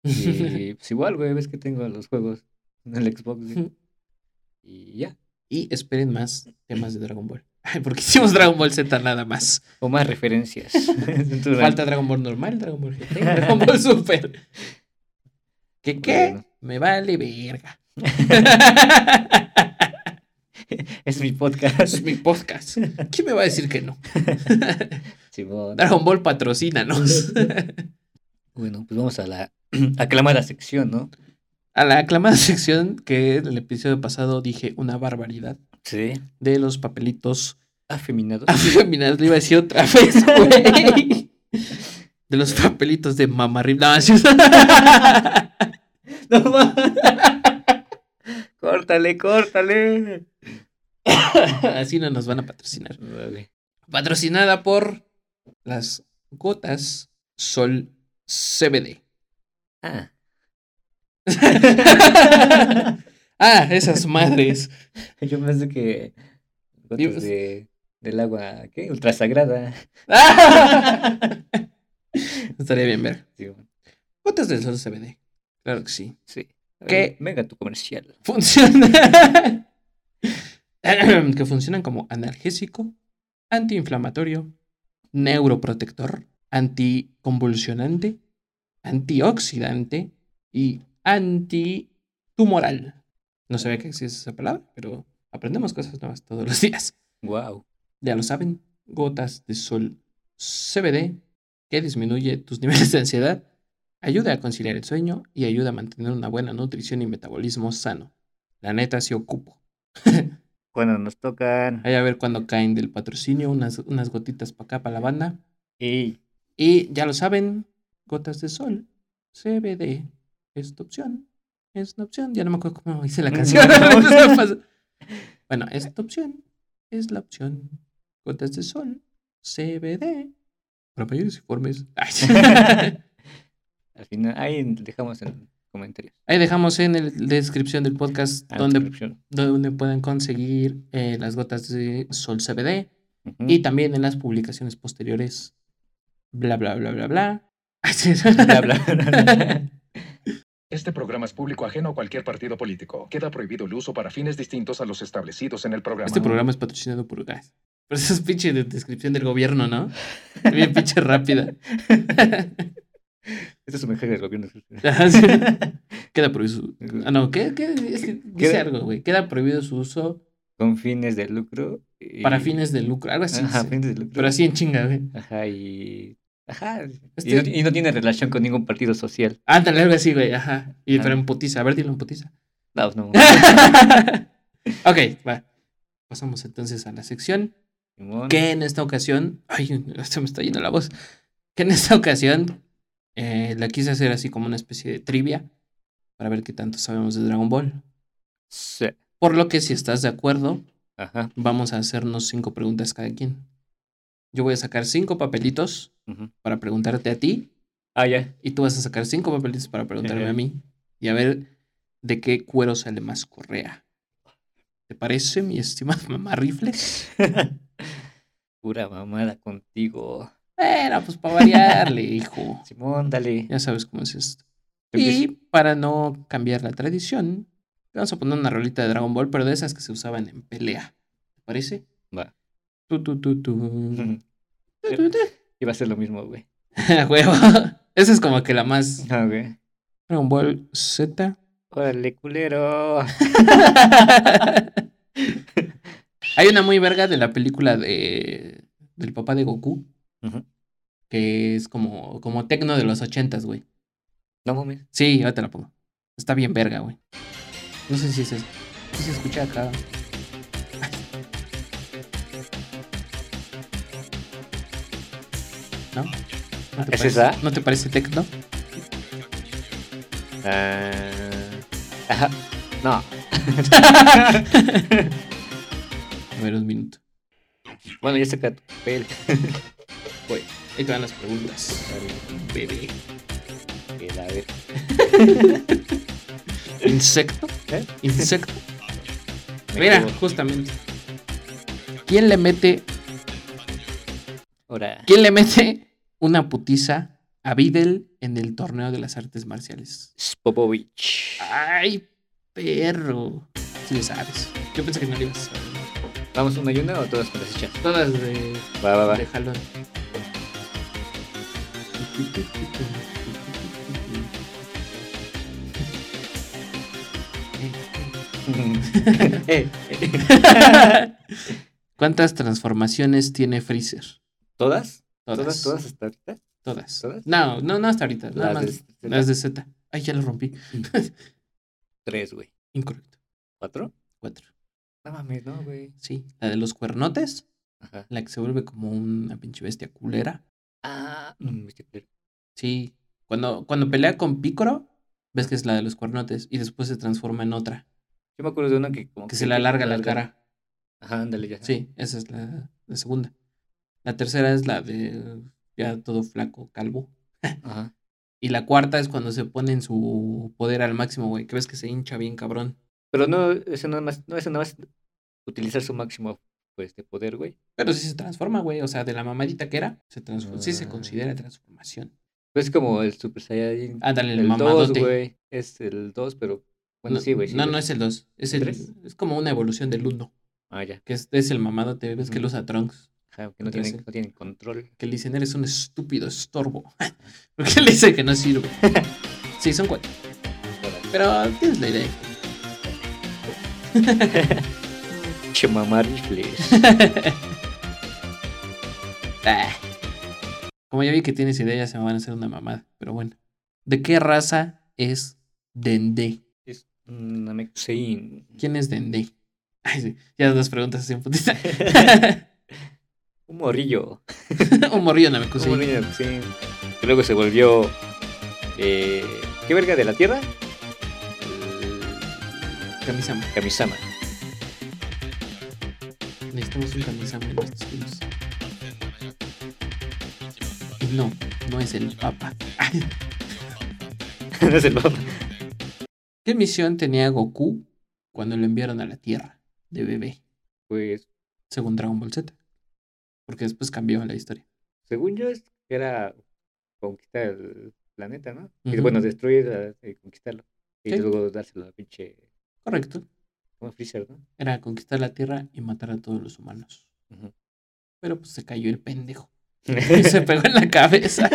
Speaker 4: Y pues igual, güey, ves que tengo los juegos en el Xbox, güey. Y ya.
Speaker 3: Y esperen más temas de Dragon Ball. Ay, porque hicimos Dragon Ball Z nada más.
Speaker 4: O más referencias. Entonces,
Speaker 3: Falta Dragon Ball normal, Dragon Ball GT, Dragon Ball Super. ¿Qué qué?
Speaker 4: Bueno.
Speaker 3: Me vale verga.
Speaker 4: Es mi podcast.
Speaker 3: es mi podcast. ¿Quién me va a decir que no?
Speaker 4: Simón.
Speaker 3: Dragon Ball patrocínanos.
Speaker 4: Bueno, pues vamos a la aclamada sección, ¿no?
Speaker 3: A la aclamada sección que en el episodio pasado dije una barbaridad
Speaker 4: Sí.
Speaker 3: de los papelitos
Speaker 4: Afeminados.
Speaker 3: afeminados. Le iba a decir otra vez, güey. De los papelitos de mamarrib. No, sí.
Speaker 4: No más. córtale, córtale.
Speaker 3: Así no nos van a patrocinar. Patrocinada por las gotas Sol CBD.
Speaker 4: Ah.
Speaker 3: Ah, esas madres.
Speaker 4: Yo pensé que gotas
Speaker 3: Dios.
Speaker 4: de, del agua, ¿qué? Ultrasagrada.
Speaker 3: Estaría bien ver.
Speaker 4: Sí,
Speaker 3: Gotas del Sol CBD. Claro que sí.
Speaker 4: sí.
Speaker 3: ¿Qué?
Speaker 4: Mega tu comercial.
Speaker 3: Funciona. que funcionan como analgésico, antiinflamatorio, neuroprotector, anticonvulsionante, antioxidante y antitumoral. No sabía que existe esa palabra, pero aprendemos cosas nuevas todos los días.
Speaker 4: Wow.
Speaker 3: Ya lo saben, gotas de sol CBD que disminuye tus niveles de ansiedad, ayuda a conciliar el sueño y ayuda a mantener una buena nutrición y metabolismo sano. La neta se ocupo.
Speaker 4: Cuando nos tocan.
Speaker 3: Ahí a ver cuando caen del patrocinio, unas, unas gotitas para acá, para la banda.
Speaker 4: Y
Speaker 3: Y ya lo saben, gotas de sol, CBD, es tu opción, es una opción. Ya no me acuerdo cómo
Speaker 4: Mm,
Speaker 3: hice la canción. bueno, es tu opción, es la opción. Gotas de sol, CBD, para mayores informes. Ay.
Speaker 4: al final, ahí dejamos en comentarios.
Speaker 3: Ahí dejamos en la descripción del podcast
Speaker 4: Ah,
Speaker 3: donde,
Speaker 4: descripción.
Speaker 3: donde pueden conseguir eh, las gotas de sol CBD.
Speaker 4: Ujú.
Speaker 3: Y también en las publicaciones posteriores. Bla, bla, bla, bla, bla.
Speaker 4: Bla, bla, bla, bla.
Speaker 10: Este programa es público ajeno a cualquier partido político. Queda prohibido el uso para fines distintos a los establecidos en el programa.
Speaker 3: Este programa es patrocinado por Gas. Pero esa es pinche de descripción del gobierno, ¿no? Bien pinche rápida.
Speaker 4: Este es un mensaje del gobierno.
Speaker 3: Ajá, Ah, sí. Queda prohibido su... Ah, no, ¿qué? qué? Es que dice
Speaker 4: Queda-
Speaker 3: algo, güey. Queda prohibido su uso
Speaker 4: Con fines de lucro. y
Speaker 3: Para
Speaker 4: y-
Speaker 3: fines de lucro, algo así.
Speaker 4: Ajá,
Speaker 3: sí.
Speaker 4: fines de lucro.
Speaker 3: Pero así en chinga, güey.
Speaker 4: Ajá, y. Ajá. y
Speaker 3: Este-
Speaker 4: no- Y, no, tiene relación con ningún partido social.
Speaker 3: Ándale, algo así, güey, ajá. Y
Speaker 4: Ajá.
Speaker 3: pero en putiza, a ver, dilo en putiza.
Speaker 4: No, no.
Speaker 3: ok, va. Pasamos entonces a la sección
Speaker 4: Simón.
Speaker 3: que en esta ocasión, ay, se me está yendo la voz, que en esta ocasión eh, la quise hacer así como una especie de trivia para ver qué tanto sabemos de Dragon Ball.
Speaker 4: Sí.
Speaker 3: Por lo que si estás de acuerdo,
Speaker 4: Ajá.
Speaker 3: vamos a hacernos cinco preguntas cada quien. Yo voy a sacar cinco papelitos
Speaker 4: ujú.
Speaker 3: para preguntarte a ti
Speaker 4: Ah, ya.
Speaker 3: y tú vas a sacar cinco papelitos para preguntarme
Speaker 4: Ejé.
Speaker 3: a mí y a ver de qué cuero sale más correa. ¿Te parece, mi estimado mamá rifles?
Speaker 4: Pura mamada contigo.
Speaker 3: Bueno, pues para variarle, hijo.
Speaker 4: Simón, dale.
Speaker 3: Ya sabes cómo es esto.
Speaker 4: Creo que
Speaker 3: Y para no cambiar la tradición, vamos a poner una rolita de Dragon Ball, pero de esas que se usaban en pelea. ¿Te parece?
Speaker 4: Va.
Speaker 3: Tu, tu, tu, tu.
Speaker 4: Ujú.
Speaker 3: Tu, tu, tu.
Speaker 4: Iba a ser lo mismo, güey.
Speaker 3: A huevo. Esa es como que la más.
Speaker 4: Ah, güey.
Speaker 3: Dragon Ball Z.
Speaker 4: Órale, culero.
Speaker 3: Hay una muy verga de la película de del papá de Goku,
Speaker 4: Ujú.
Speaker 3: que es como, como tecno de los ochentas, güey.
Speaker 4: No mames.
Speaker 3: Sí, ahora te la pongo. Está bien verga, güey. No sé si es eso. Sí se escucha acá. ¿No? ¿No te
Speaker 4: ¿Es
Speaker 3: parece-
Speaker 4: esa?
Speaker 3: ¿No te parece tecno?
Speaker 4: Ah, Ajá. No.
Speaker 3: A ver, un minuto.
Speaker 4: Bueno, ya saca tu papel.
Speaker 3: Voy. Ahí te van las preguntas. Bebé.
Speaker 4: Que la ver-
Speaker 3: ¿Insecto?
Speaker 4: ¿Eh?
Speaker 3: ¿Insecto?
Speaker 4: me
Speaker 3: Mira,
Speaker 4: equivoco.
Speaker 3: justamente. ¿Quién le mete,
Speaker 4: Ahora.
Speaker 3: quién le mete una putiza a Videl en el torneo de las artes marciales?
Speaker 4: Spopovich.
Speaker 3: Ay, perro. Si le sabes. Yo pensé que no le ibas a saber.
Speaker 4: ¿Vamos una y una o todas con las hechas?
Speaker 3: Todas de,
Speaker 4: Va, va, va.
Speaker 3: de jalón.
Speaker 4: Eh,
Speaker 3: ¿Cuántas transformaciones tiene Freezer?
Speaker 4: ¿Todas?
Speaker 3: Todas.
Speaker 4: ¿Todas? ¿Todas hasta ahorita?
Speaker 3: Todas.
Speaker 4: ¿Todas?
Speaker 3: No, no, no hasta ahorita. Nada
Speaker 4: Las
Speaker 3: más.
Speaker 4: de- de
Speaker 3: las de Z. Ay, ya lo rompí.
Speaker 4: Tres, güey.
Speaker 3: Incorrecto.
Speaker 4: ¿Cuatro?
Speaker 3: Cuatro.
Speaker 4: No mames, no, güey.
Speaker 3: Sí. La de los cuernotes.
Speaker 4: Ajá.
Speaker 3: La que se vuelve como una pinche bestia culera.
Speaker 4: Ah, no mames, qué culero.
Speaker 3: Sí. Cuando, cuando pelea con Picoro, ves que es la de los cuernotes. Y después se transforma en otra.
Speaker 4: Yo me acuerdo de una que como
Speaker 3: Que se le alarga la cara.
Speaker 4: Ajá, ándale ya.
Speaker 3: Sí, esa es la, la segunda. La tercera es la de ya todo flaco, calvo.
Speaker 4: Ajá.
Speaker 3: Y la cuarta es cuando se pone en su poder al máximo, güey. Que ves que se hincha bien cabrón.
Speaker 4: Pero no, eso nada más, no, eso nada más utilizar su máximo pues de poder, güey.
Speaker 3: Pero sí se transforma, güey. O sea, de la mamadita que era, se transforma. Sí se
Speaker 4: Ah.
Speaker 3: considera transformación.
Speaker 4: Pues es como el Super Saiyajin.
Speaker 3: Ándale, el,
Speaker 4: el 2,
Speaker 3: mamadote.
Speaker 4: güey. Es el 2, pero bueno,
Speaker 3: no,
Speaker 4: sí, güey. sí,
Speaker 3: no,
Speaker 4: güey.
Speaker 3: no es el 2. Es, el,
Speaker 4: ¿Tres?
Speaker 3: es como una evolución del 1.
Speaker 4: Ah, ya.
Speaker 3: Que es, es el mamadote. Ves que
Speaker 4: Mm.
Speaker 3: lo usa Trunks.
Speaker 4: Ajá, que no
Speaker 3: Entonces,
Speaker 4: tienen, no tienen control.
Speaker 3: Que le dicen, eres un estúpido estorbo. Porque le dicen que no sirve. sí, son cuatro. Pero tienes la idea.
Speaker 4: Che, mamá rifles.
Speaker 3: Ah. Como ya vi que tienes idea, ya se me van a hacer una mamada. Pero bueno. ¿De qué raza es Dende?
Speaker 4: es un Namekusein.
Speaker 3: ¿Quién es Dende? Ay, sí, ya las preguntas así en putiza.
Speaker 4: Un morrillo.
Speaker 3: Un morrillo Namekusei.
Speaker 4: Un morrillo Namekusein. Que luego se volvió. Eh, ¿Qué verga de la tierra?
Speaker 3: Kamisama.
Speaker 4: Kamisama.
Speaker 3: Necesitamos un Kamisama en estos tiempos. Y no, no es el Papa.
Speaker 4: no es el papá.
Speaker 3: ¿Qué misión tenía Goku cuando lo enviaron a la Tierra de bebé?
Speaker 4: Pues,
Speaker 3: Según Dragon Ball Z. Porque después cambió la historia.
Speaker 4: según yo, es que era conquistar el planeta, ¿no? Y,
Speaker 3: Ujú.
Speaker 4: Bueno, destruir eh, y conquistarlo. Y
Speaker 3: Sí.
Speaker 4: luego dárselo a pinche.
Speaker 3: Correcto.
Speaker 4: Como Freezer, ¿no?
Speaker 3: Era conquistar la Tierra y matar a todos los humanos.
Speaker 4: Ujú.
Speaker 3: Pero pues se cayó el pendejo. Y se pegó en la cabeza.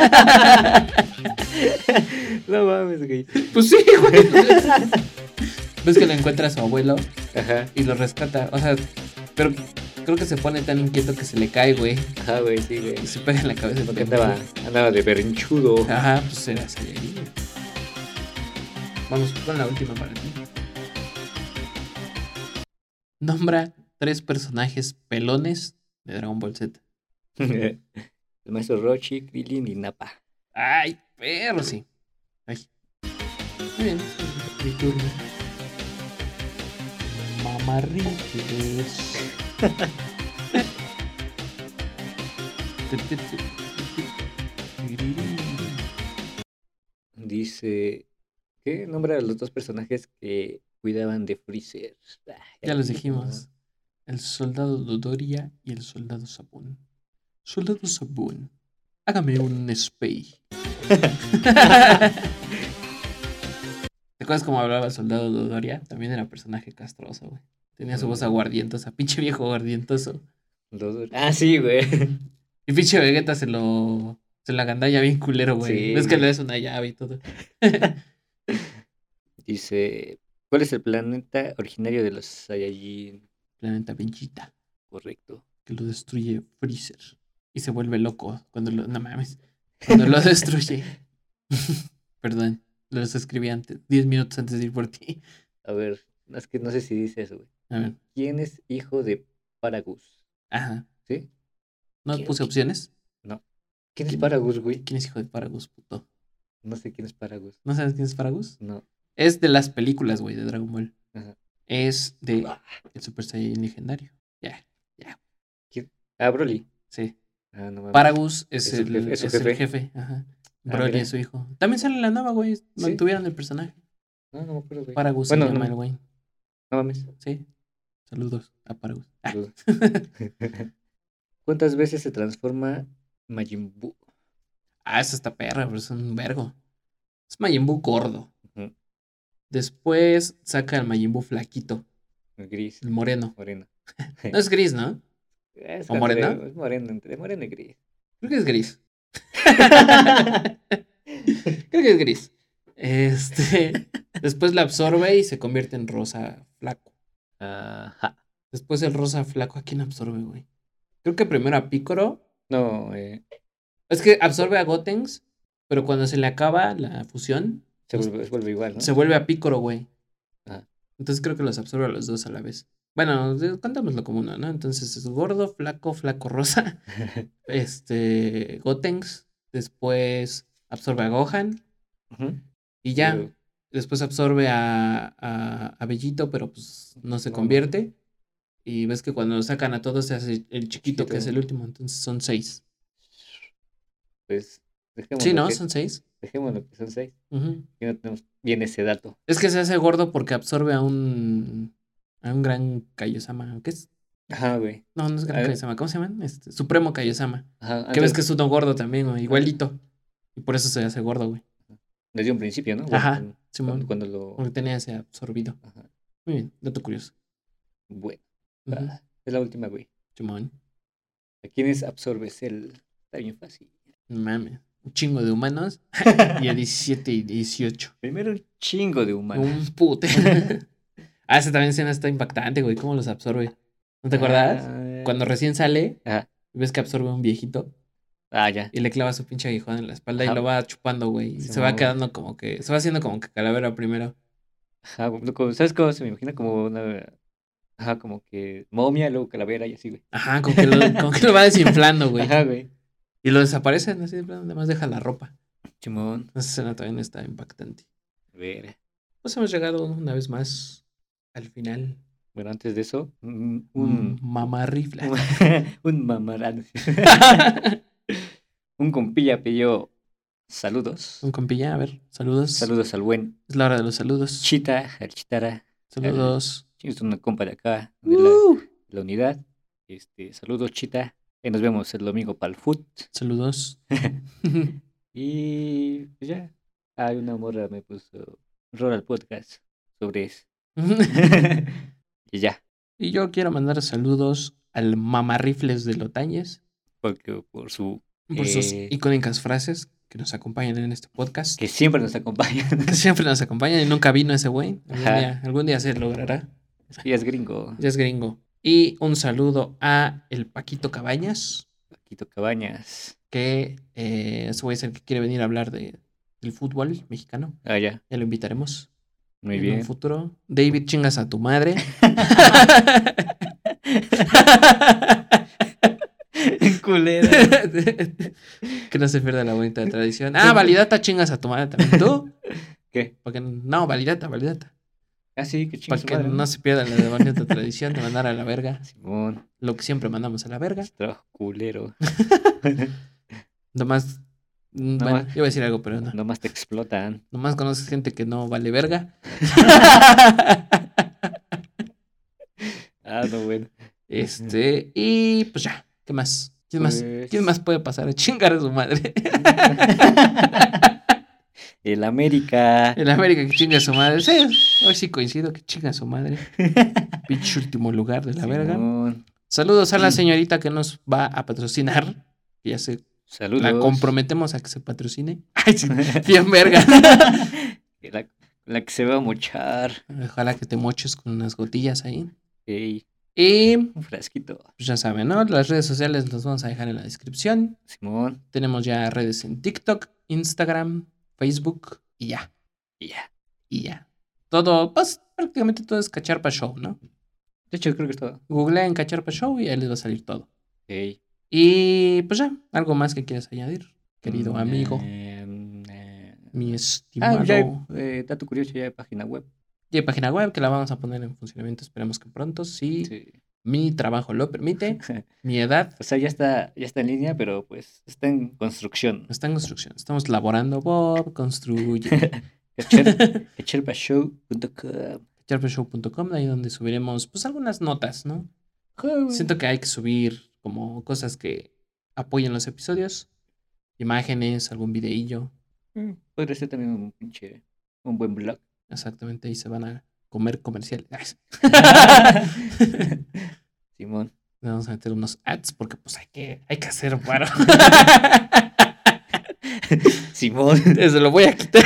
Speaker 4: no mames, güey.
Speaker 3: Pues sí, güey. Ves que lo encuentra su abuelo
Speaker 4: Ajá.
Speaker 3: y lo rescata. O sea, pero Creo que se pone tan inquieto que se le cae, güey.
Speaker 4: Ajá, Ah, güey, sí, güey.
Speaker 3: Y se pega en la cabeza.
Speaker 4: Porque andaba, andaba de berrinchudo.
Speaker 3: Ajá, pues era Saiyajin. güey. Vamos con la última para ti. Nombra tres personajes pelones de Dragon Ball Z.
Speaker 4: El maestro Rochi, Krillin y Napa.
Speaker 3: Ay, perro, sí. Ay. Muy bien. Mi turno. Mamarrites.
Speaker 4: Dice. ¿Qué nombra a los dos personajes que cuidaban de Freezer? Ah,
Speaker 3: Ya los
Speaker 4: lo
Speaker 3: dijimos. El soldado Dodoria y el soldado Sabun. Soldado Sabun, hágame un spay. ¿Te acuerdas cómo hablaba el soldado Dodoria? También era personaje castroso, güey. Tenía su voz aguardientosa, pinche viejo aguardientoso.
Speaker 4: Los- Ah, sí, güey.
Speaker 3: Y pinche Vegeta se lo. Se la gandalla bien culero, güey.
Speaker 4: Sí,
Speaker 3: Ves que
Speaker 4: güey.
Speaker 3: le das una llave y todo.
Speaker 4: Dice. ¿Cuál es el planeta originario de los Saiyajin?
Speaker 3: Planeta Benchita.
Speaker 4: Correcto.
Speaker 3: que lo destruye Freezer. Y se vuelve loco cuando lo. No mames. Cuando lo destruye. Perdón. Lo escribí antes, 10 minutos antes de ir por ti.
Speaker 4: A ver, es que no sé si dice eso, güey.
Speaker 3: A ver.
Speaker 4: ¿Quién es hijo de Paragus?
Speaker 3: Ajá.
Speaker 4: ¿Sí?
Speaker 3: ¿No
Speaker 4: ¿Qué-
Speaker 3: puse
Speaker 4: qué-
Speaker 3: opciones?
Speaker 4: ¿Quién es
Speaker 3: ¿Quién?
Speaker 4: Paragus, güey?
Speaker 3: ¿Quién es hijo de Paragus, puto?
Speaker 4: No sé quién es Paragus.
Speaker 3: ¿No sabes quién es Paragus?
Speaker 4: No.
Speaker 3: Es de las películas, güey, de Dragon Ball.
Speaker 4: Ajá.
Speaker 3: Es de el Super Saiyan legendario. Ya,
Speaker 4: Ah, Broly.
Speaker 3: sí.
Speaker 4: Ah, no mames.
Speaker 3: Paragus es,
Speaker 4: Es su
Speaker 3: el,
Speaker 4: jefe- es su
Speaker 3: es el
Speaker 4: jefe. Ah,
Speaker 3: jefe. Ajá. Broly
Speaker 4: mira.
Speaker 3: es su hijo. También sale en la nueva, güey. Mantuvieron el personaje.
Speaker 4: No, no me acuerdo, güey.
Speaker 3: Paragus
Speaker 4: Bueno,
Speaker 3: se
Speaker 4: no-
Speaker 3: llama el güey.
Speaker 4: No mames.
Speaker 3: Sí. Saludos a Paragus. Ah,
Speaker 4: Saludos. ¿Cuántas veces se transforma Majin Buu?
Speaker 3: Ah, esa está perra, pero es un vergo. Es Majin Buu gordo.
Speaker 4: Ujú.
Speaker 3: Después saca al Majin Buu flaquito,
Speaker 4: Gris,
Speaker 3: el moreno.
Speaker 4: moreno.
Speaker 3: No es gris, ¿no?
Speaker 4: Es
Speaker 3: ¿O
Speaker 4: que
Speaker 3: morena?
Speaker 4: entre- Es moreno, entre moreno y gris.
Speaker 3: Creo que es gris. Creo que es gris. Este. Después la absorbe y se convierte en rosa flaco.
Speaker 4: Ajá.
Speaker 3: Después el rosa flaco, ¿a quién absorbe, güey? Creo que primero a Picoro.
Speaker 4: No, eh,
Speaker 3: Es que absorbe a Gotenks, pero cuando se le acaba la fusión,
Speaker 4: se vuelve, se vuelve igual, ¿no?
Speaker 3: Pues se vuelve a Picoro, güey.
Speaker 4: Ah.
Speaker 3: Entonces creo que los absorbe a los dos a la vez. Bueno, de- contámoslo como uno, ¿no? Entonces es gordo, flaco, flaco rosa. este, Gotenks. Después absorbe a Gohan.
Speaker 4: Ujú.
Speaker 3: Y ya.
Speaker 4: Pero-
Speaker 3: Después absorbe a, a, a Bellito, pero pues no se
Speaker 4: No.
Speaker 3: convierte. Y ves que cuando lo sacan a todos se hace el chiquito, que es
Speaker 4: Chiquito.
Speaker 3: el último. Entonces son seis.
Speaker 4: Pues dejémoslo,
Speaker 3: Sí, ¿no?
Speaker 4: que,
Speaker 3: Son seis.
Speaker 4: dejémoslo que son seis.
Speaker 3: Ujú.
Speaker 4: Que no tenemos bien ese dato.
Speaker 3: Es que se hace gordo porque absorbe a un. a un gran Kaiosama. ¿Qué es?
Speaker 4: Ajá, güey.
Speaker 3: No, no es Gran
Speaker 4: A ver. Ah,
Speaker 3: Kaiosama. ¿Cómo se llaman? Este, Supremo Kaiosama.
Speaker 4: Ajá.
Speaker 3: Que ves
Speaker 4: antes-
Speaker 3: que es uno gordo también, güey, Igualito. Y por eso se hace gordo, güey.
Speaker 4: Desde un principio, ¿no?
Speaker 3: Ajá,
Speaker 4: Cuando-
Speaker 3: Simón.
Speaker 4: Cuando, cuando lo.
Speaker 3: Porque tenía ese absorbido.
Speaker 4: Ajá.
Speaker 3: Muy bien, dato curioso.
Speaker 4: Bueno,
Speaker 3: Ujú,
Speaker 4: ah, es la última, güey.
Speaker 3: Simón.
Speaker 4: ¿A quiénes absorbes el? Está bien fácil.
Speaker 3: No mames. Un chingo de humanos. y a 17 y 18.
Speaker 4: Primero un chingo de humanos.
Speaker 3: Un pute. ah, esa también escena está impactante, güey. ¿Cómo los absorbe? ¿No te acuerdas?
Speaker 4: Ah,
Speaker 3: Cuando recién sale,
Speaker 4: Ajá.
Speaker 3: ves que absorbe a un viejito
Speaker 4: Ah, ya.
Speaker 3: y le clava su pinche aguijón en la espalda y
Speaker 4: Ajá.
Speaker 3: lo va chupando, güey. Y se
Speaker 4: Simón,
Speaker 3: va
Speaker 4: güey.
Speaker 3: quedando como que. Se va haciendo como que calavera primero.
Speaker 4: Ajá, como- como- ¿sabes cómo se me imagina? Como una. Ajá, como que momia, luego calavera y así, güey.
Speaker 3: Ajá, como que lo, como que lo va desinflando, güey.
Speaker 4: Ajá, güey.
Speaker 3: Y lo desaparecen, así de plano, nada más deja la ropa.
Speaker 4: Chimón.
Speaker 3: Esa escena también está impactante.
Speaker 4: Ver.
Speaker 3: Pues hemos llegado una vez más al final.
Speaker 4: Bueno, antes de eso, un.
Speaker 3: Un
Speaker 4: Un,
Speaker 3: mamarrifla.
Speaker 4: un mamarán. un compilla pidió saludos.
Speaker 3: Un compilla, a ver, saludos.
Speaker 4: Saludos al buen
Speaker 3: Es la hora de los saludos.
Speaker 4: Chita, al Chitara.
Speaker 3: Saludos.
Speaker 4: Es una compa de acá, de la, la unidad. Este, saludos, Chita. Eh, nos vemos el domingo para el foot.
Speaker 3: Saludos.
Speaker 4: Y pues ya. Hay una morra me puso rol al podcast sobre eso. y ya.
Speaker 3: y yo quiero mandar saludos al mamarrifles de Lotañez
Speaker 4: Porque por su.
Speaker 3: por sus
Speaker 4: Eh.
Speaker 3: icónicas frases que nos acompañan en este podcast.
Speaker 4: que siempre nos acompaña.
Speaker 3: Que siempre nos acompañan y nunca vino ese güey. Algún
Speaker 4: Ajá.
Speaker 3: día, algún día se logrará.
Speaker 4: es que ya es gringo.
Speaker 3: Ya es gringo. Y un saludo a el Paquito Cabañas,
Speaker 4: Paquito Cabañas.
Speaker 3: que eh, ese güey es el que quiere venir a hablar de, del fútbol mexicano.
Speaker 4: Ah, ya.
Speaker 3: Ya lo invitaremos
Speaker 4: Muy
Speaker 3: en un
Speaker 4: bien.
Speaker 3: futuro. David, chingas a tu madre.
Speaker 4: Culera.
Speaker 3: que no se pierda la bonita tradición. Ah, validata, chingas a tu madre también. ¿Tú?
Speaker 4: ¿Qué?
Speaker 3: Porque, no, validata, validata.
Speaker 4: Ah, sí, qué chingo.
Speaker 3: Para que no se pierda la bonita tradición de mandar a la verga.
Speaker 4: Simón,
Speaker 3: Lo que siempre mandamos a la verga.
Speaker 4: ese trabajo culero.
Speaker 3: Nomás. mm,
Speaker 4: No
Speaker 3: bueno,
Speaker 4: más.
Speaker 3: iba a decir algo, pero no.
Speaker 4: Nomás te explotan.
Speaker 3: Nomás conoces gente que no vale verga.
Speaker 4: Ah, no, bueno.
Speaker 3: Este, y pues ya. ¿Qué más? ¿Quién más? ¿Quién
Speaker 4: Pues-
Speaker 3: más puede pasar a chingar a su madre?
Speaker 4: El América.
Speaker 3: El América que chinga a su madre. Sí, hoy sí coincido que chinga a su madre. Pinche último lugar de la verga.
Speaker 4: Simón,
Speaker 3: Saludos a la señorita que nos va a patrocinar. que Ya se
Speaker 4: Saludos.
Speaker 3: la comprometemos a que se patrocine. Ay, sí, bien verga.
Speaker 4: La, la que se va a mochar.
Speaker 3: Ojalá que te moches con unas gotillas ahí.
Speaker 4: Ey,
Speaker 3: Y pues,
Speaker 4: un frasquito.
Speaker 3: ya saben, ¿no? Las redes sociales las vamos a dejar en la descripción.
Speaker 4: Simón.
Speaker 3: Tenemos ya redes en TikTok, Instagram, Facebook y ya.
Speaker 4: Y ya.
Speaker 3: Y ya. Todo, pues prácticamente todo es Cacharpa Show, ¿no?
Speaker 4: De hecho, creo que es todo.
Speaker 3: Googleen Cacharpa Show y ahí les va a salir todo.
Speaker 4: Ey.
Speaker 3: Y pues ya, algo más que quieras añadir, querido
Speaker 4: Mm,
Speaker 3: amigo,
Speaker 4: eh, mm, eh.
Speaker 3: mi
Speaker 4: Ah,
Speaker 3: estimado.
Speaker 4: ya, hay, eh, dato curioso, ya hay página web.
Speaker 3: Y hay página web que la vamos a poner en funcionamiento, esperemos que pronto, si
Speaker 4: Sí.
Speaker 3: mi trabajo lo permite, mi edad pues,
Speaker 4: O sea, ya está, ya está en línea, pero pues está en construcción.
Speaker 3: está en construcción. Estamos laborando, Bob, construye.
Speaker 4: Echer- Echerpashow.com.
Speaker 3: cacharpashow.com, ahí donde subiremos pues algunas notas, ¿no? Siento que hay que subir como cosas que apoyen los episodios, imágenes, algún videillo.
Speaker 4: Mm, Podría ser también un pinche, un buen blog.
Speaker 3: Exactamente, ahí se van a comer comerciales. Ay, sí.
Speaker 4: Simón.
Speaker 3: Le vamos a meter unos ads porque pues hay que, hay que hacer paro.
Speaker 4: Simón.
Speaker 3: Se lo voy a quitar.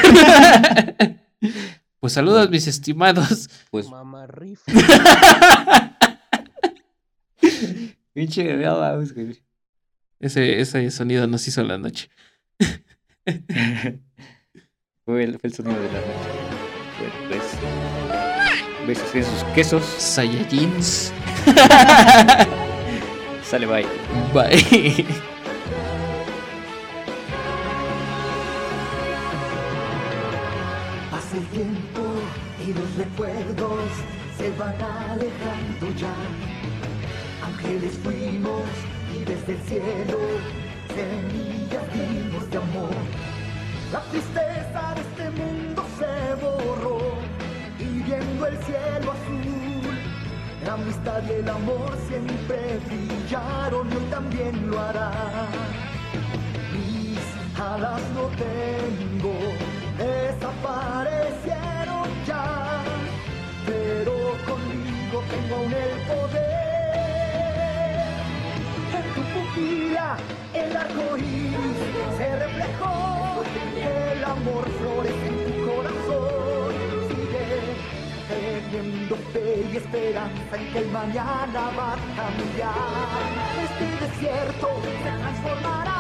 Speaker 3: Pues saludos mis estimados.
Speaker 4: Pues
Speaker 11: Mamarrifa.
Speaker 4: pinche, no vamos, güey.
Speaker 3: Ese, ese sonido nos hizo la noche.
Speaker 4: Fue el, fue el sonido de la noche. Bueno, pues. Besos en sus quesos.
Speaker 3: Saiyajins.
Speaker 4: Sale, bye.
Speaker 3: Bye.
Speaker 9: Pasa el tiempo y los recuerdos se van alejando ya. Ángeles fuimos y desde el cielo semillas dimos de amor. La tristeza de este mundo se borró y viendo el cielo azul, la amistad y el amor siempre brillaron y hoy también lo harán. Mis alas no tengo, desaparecieron ya, pero conmigo tengo aún el poder. En tu pupila el arco iris se reflejó, el amor florece en tu corazón. Sigue teniendo fe y esperanza en que el mañana va a cambiar. Este desierto se transformará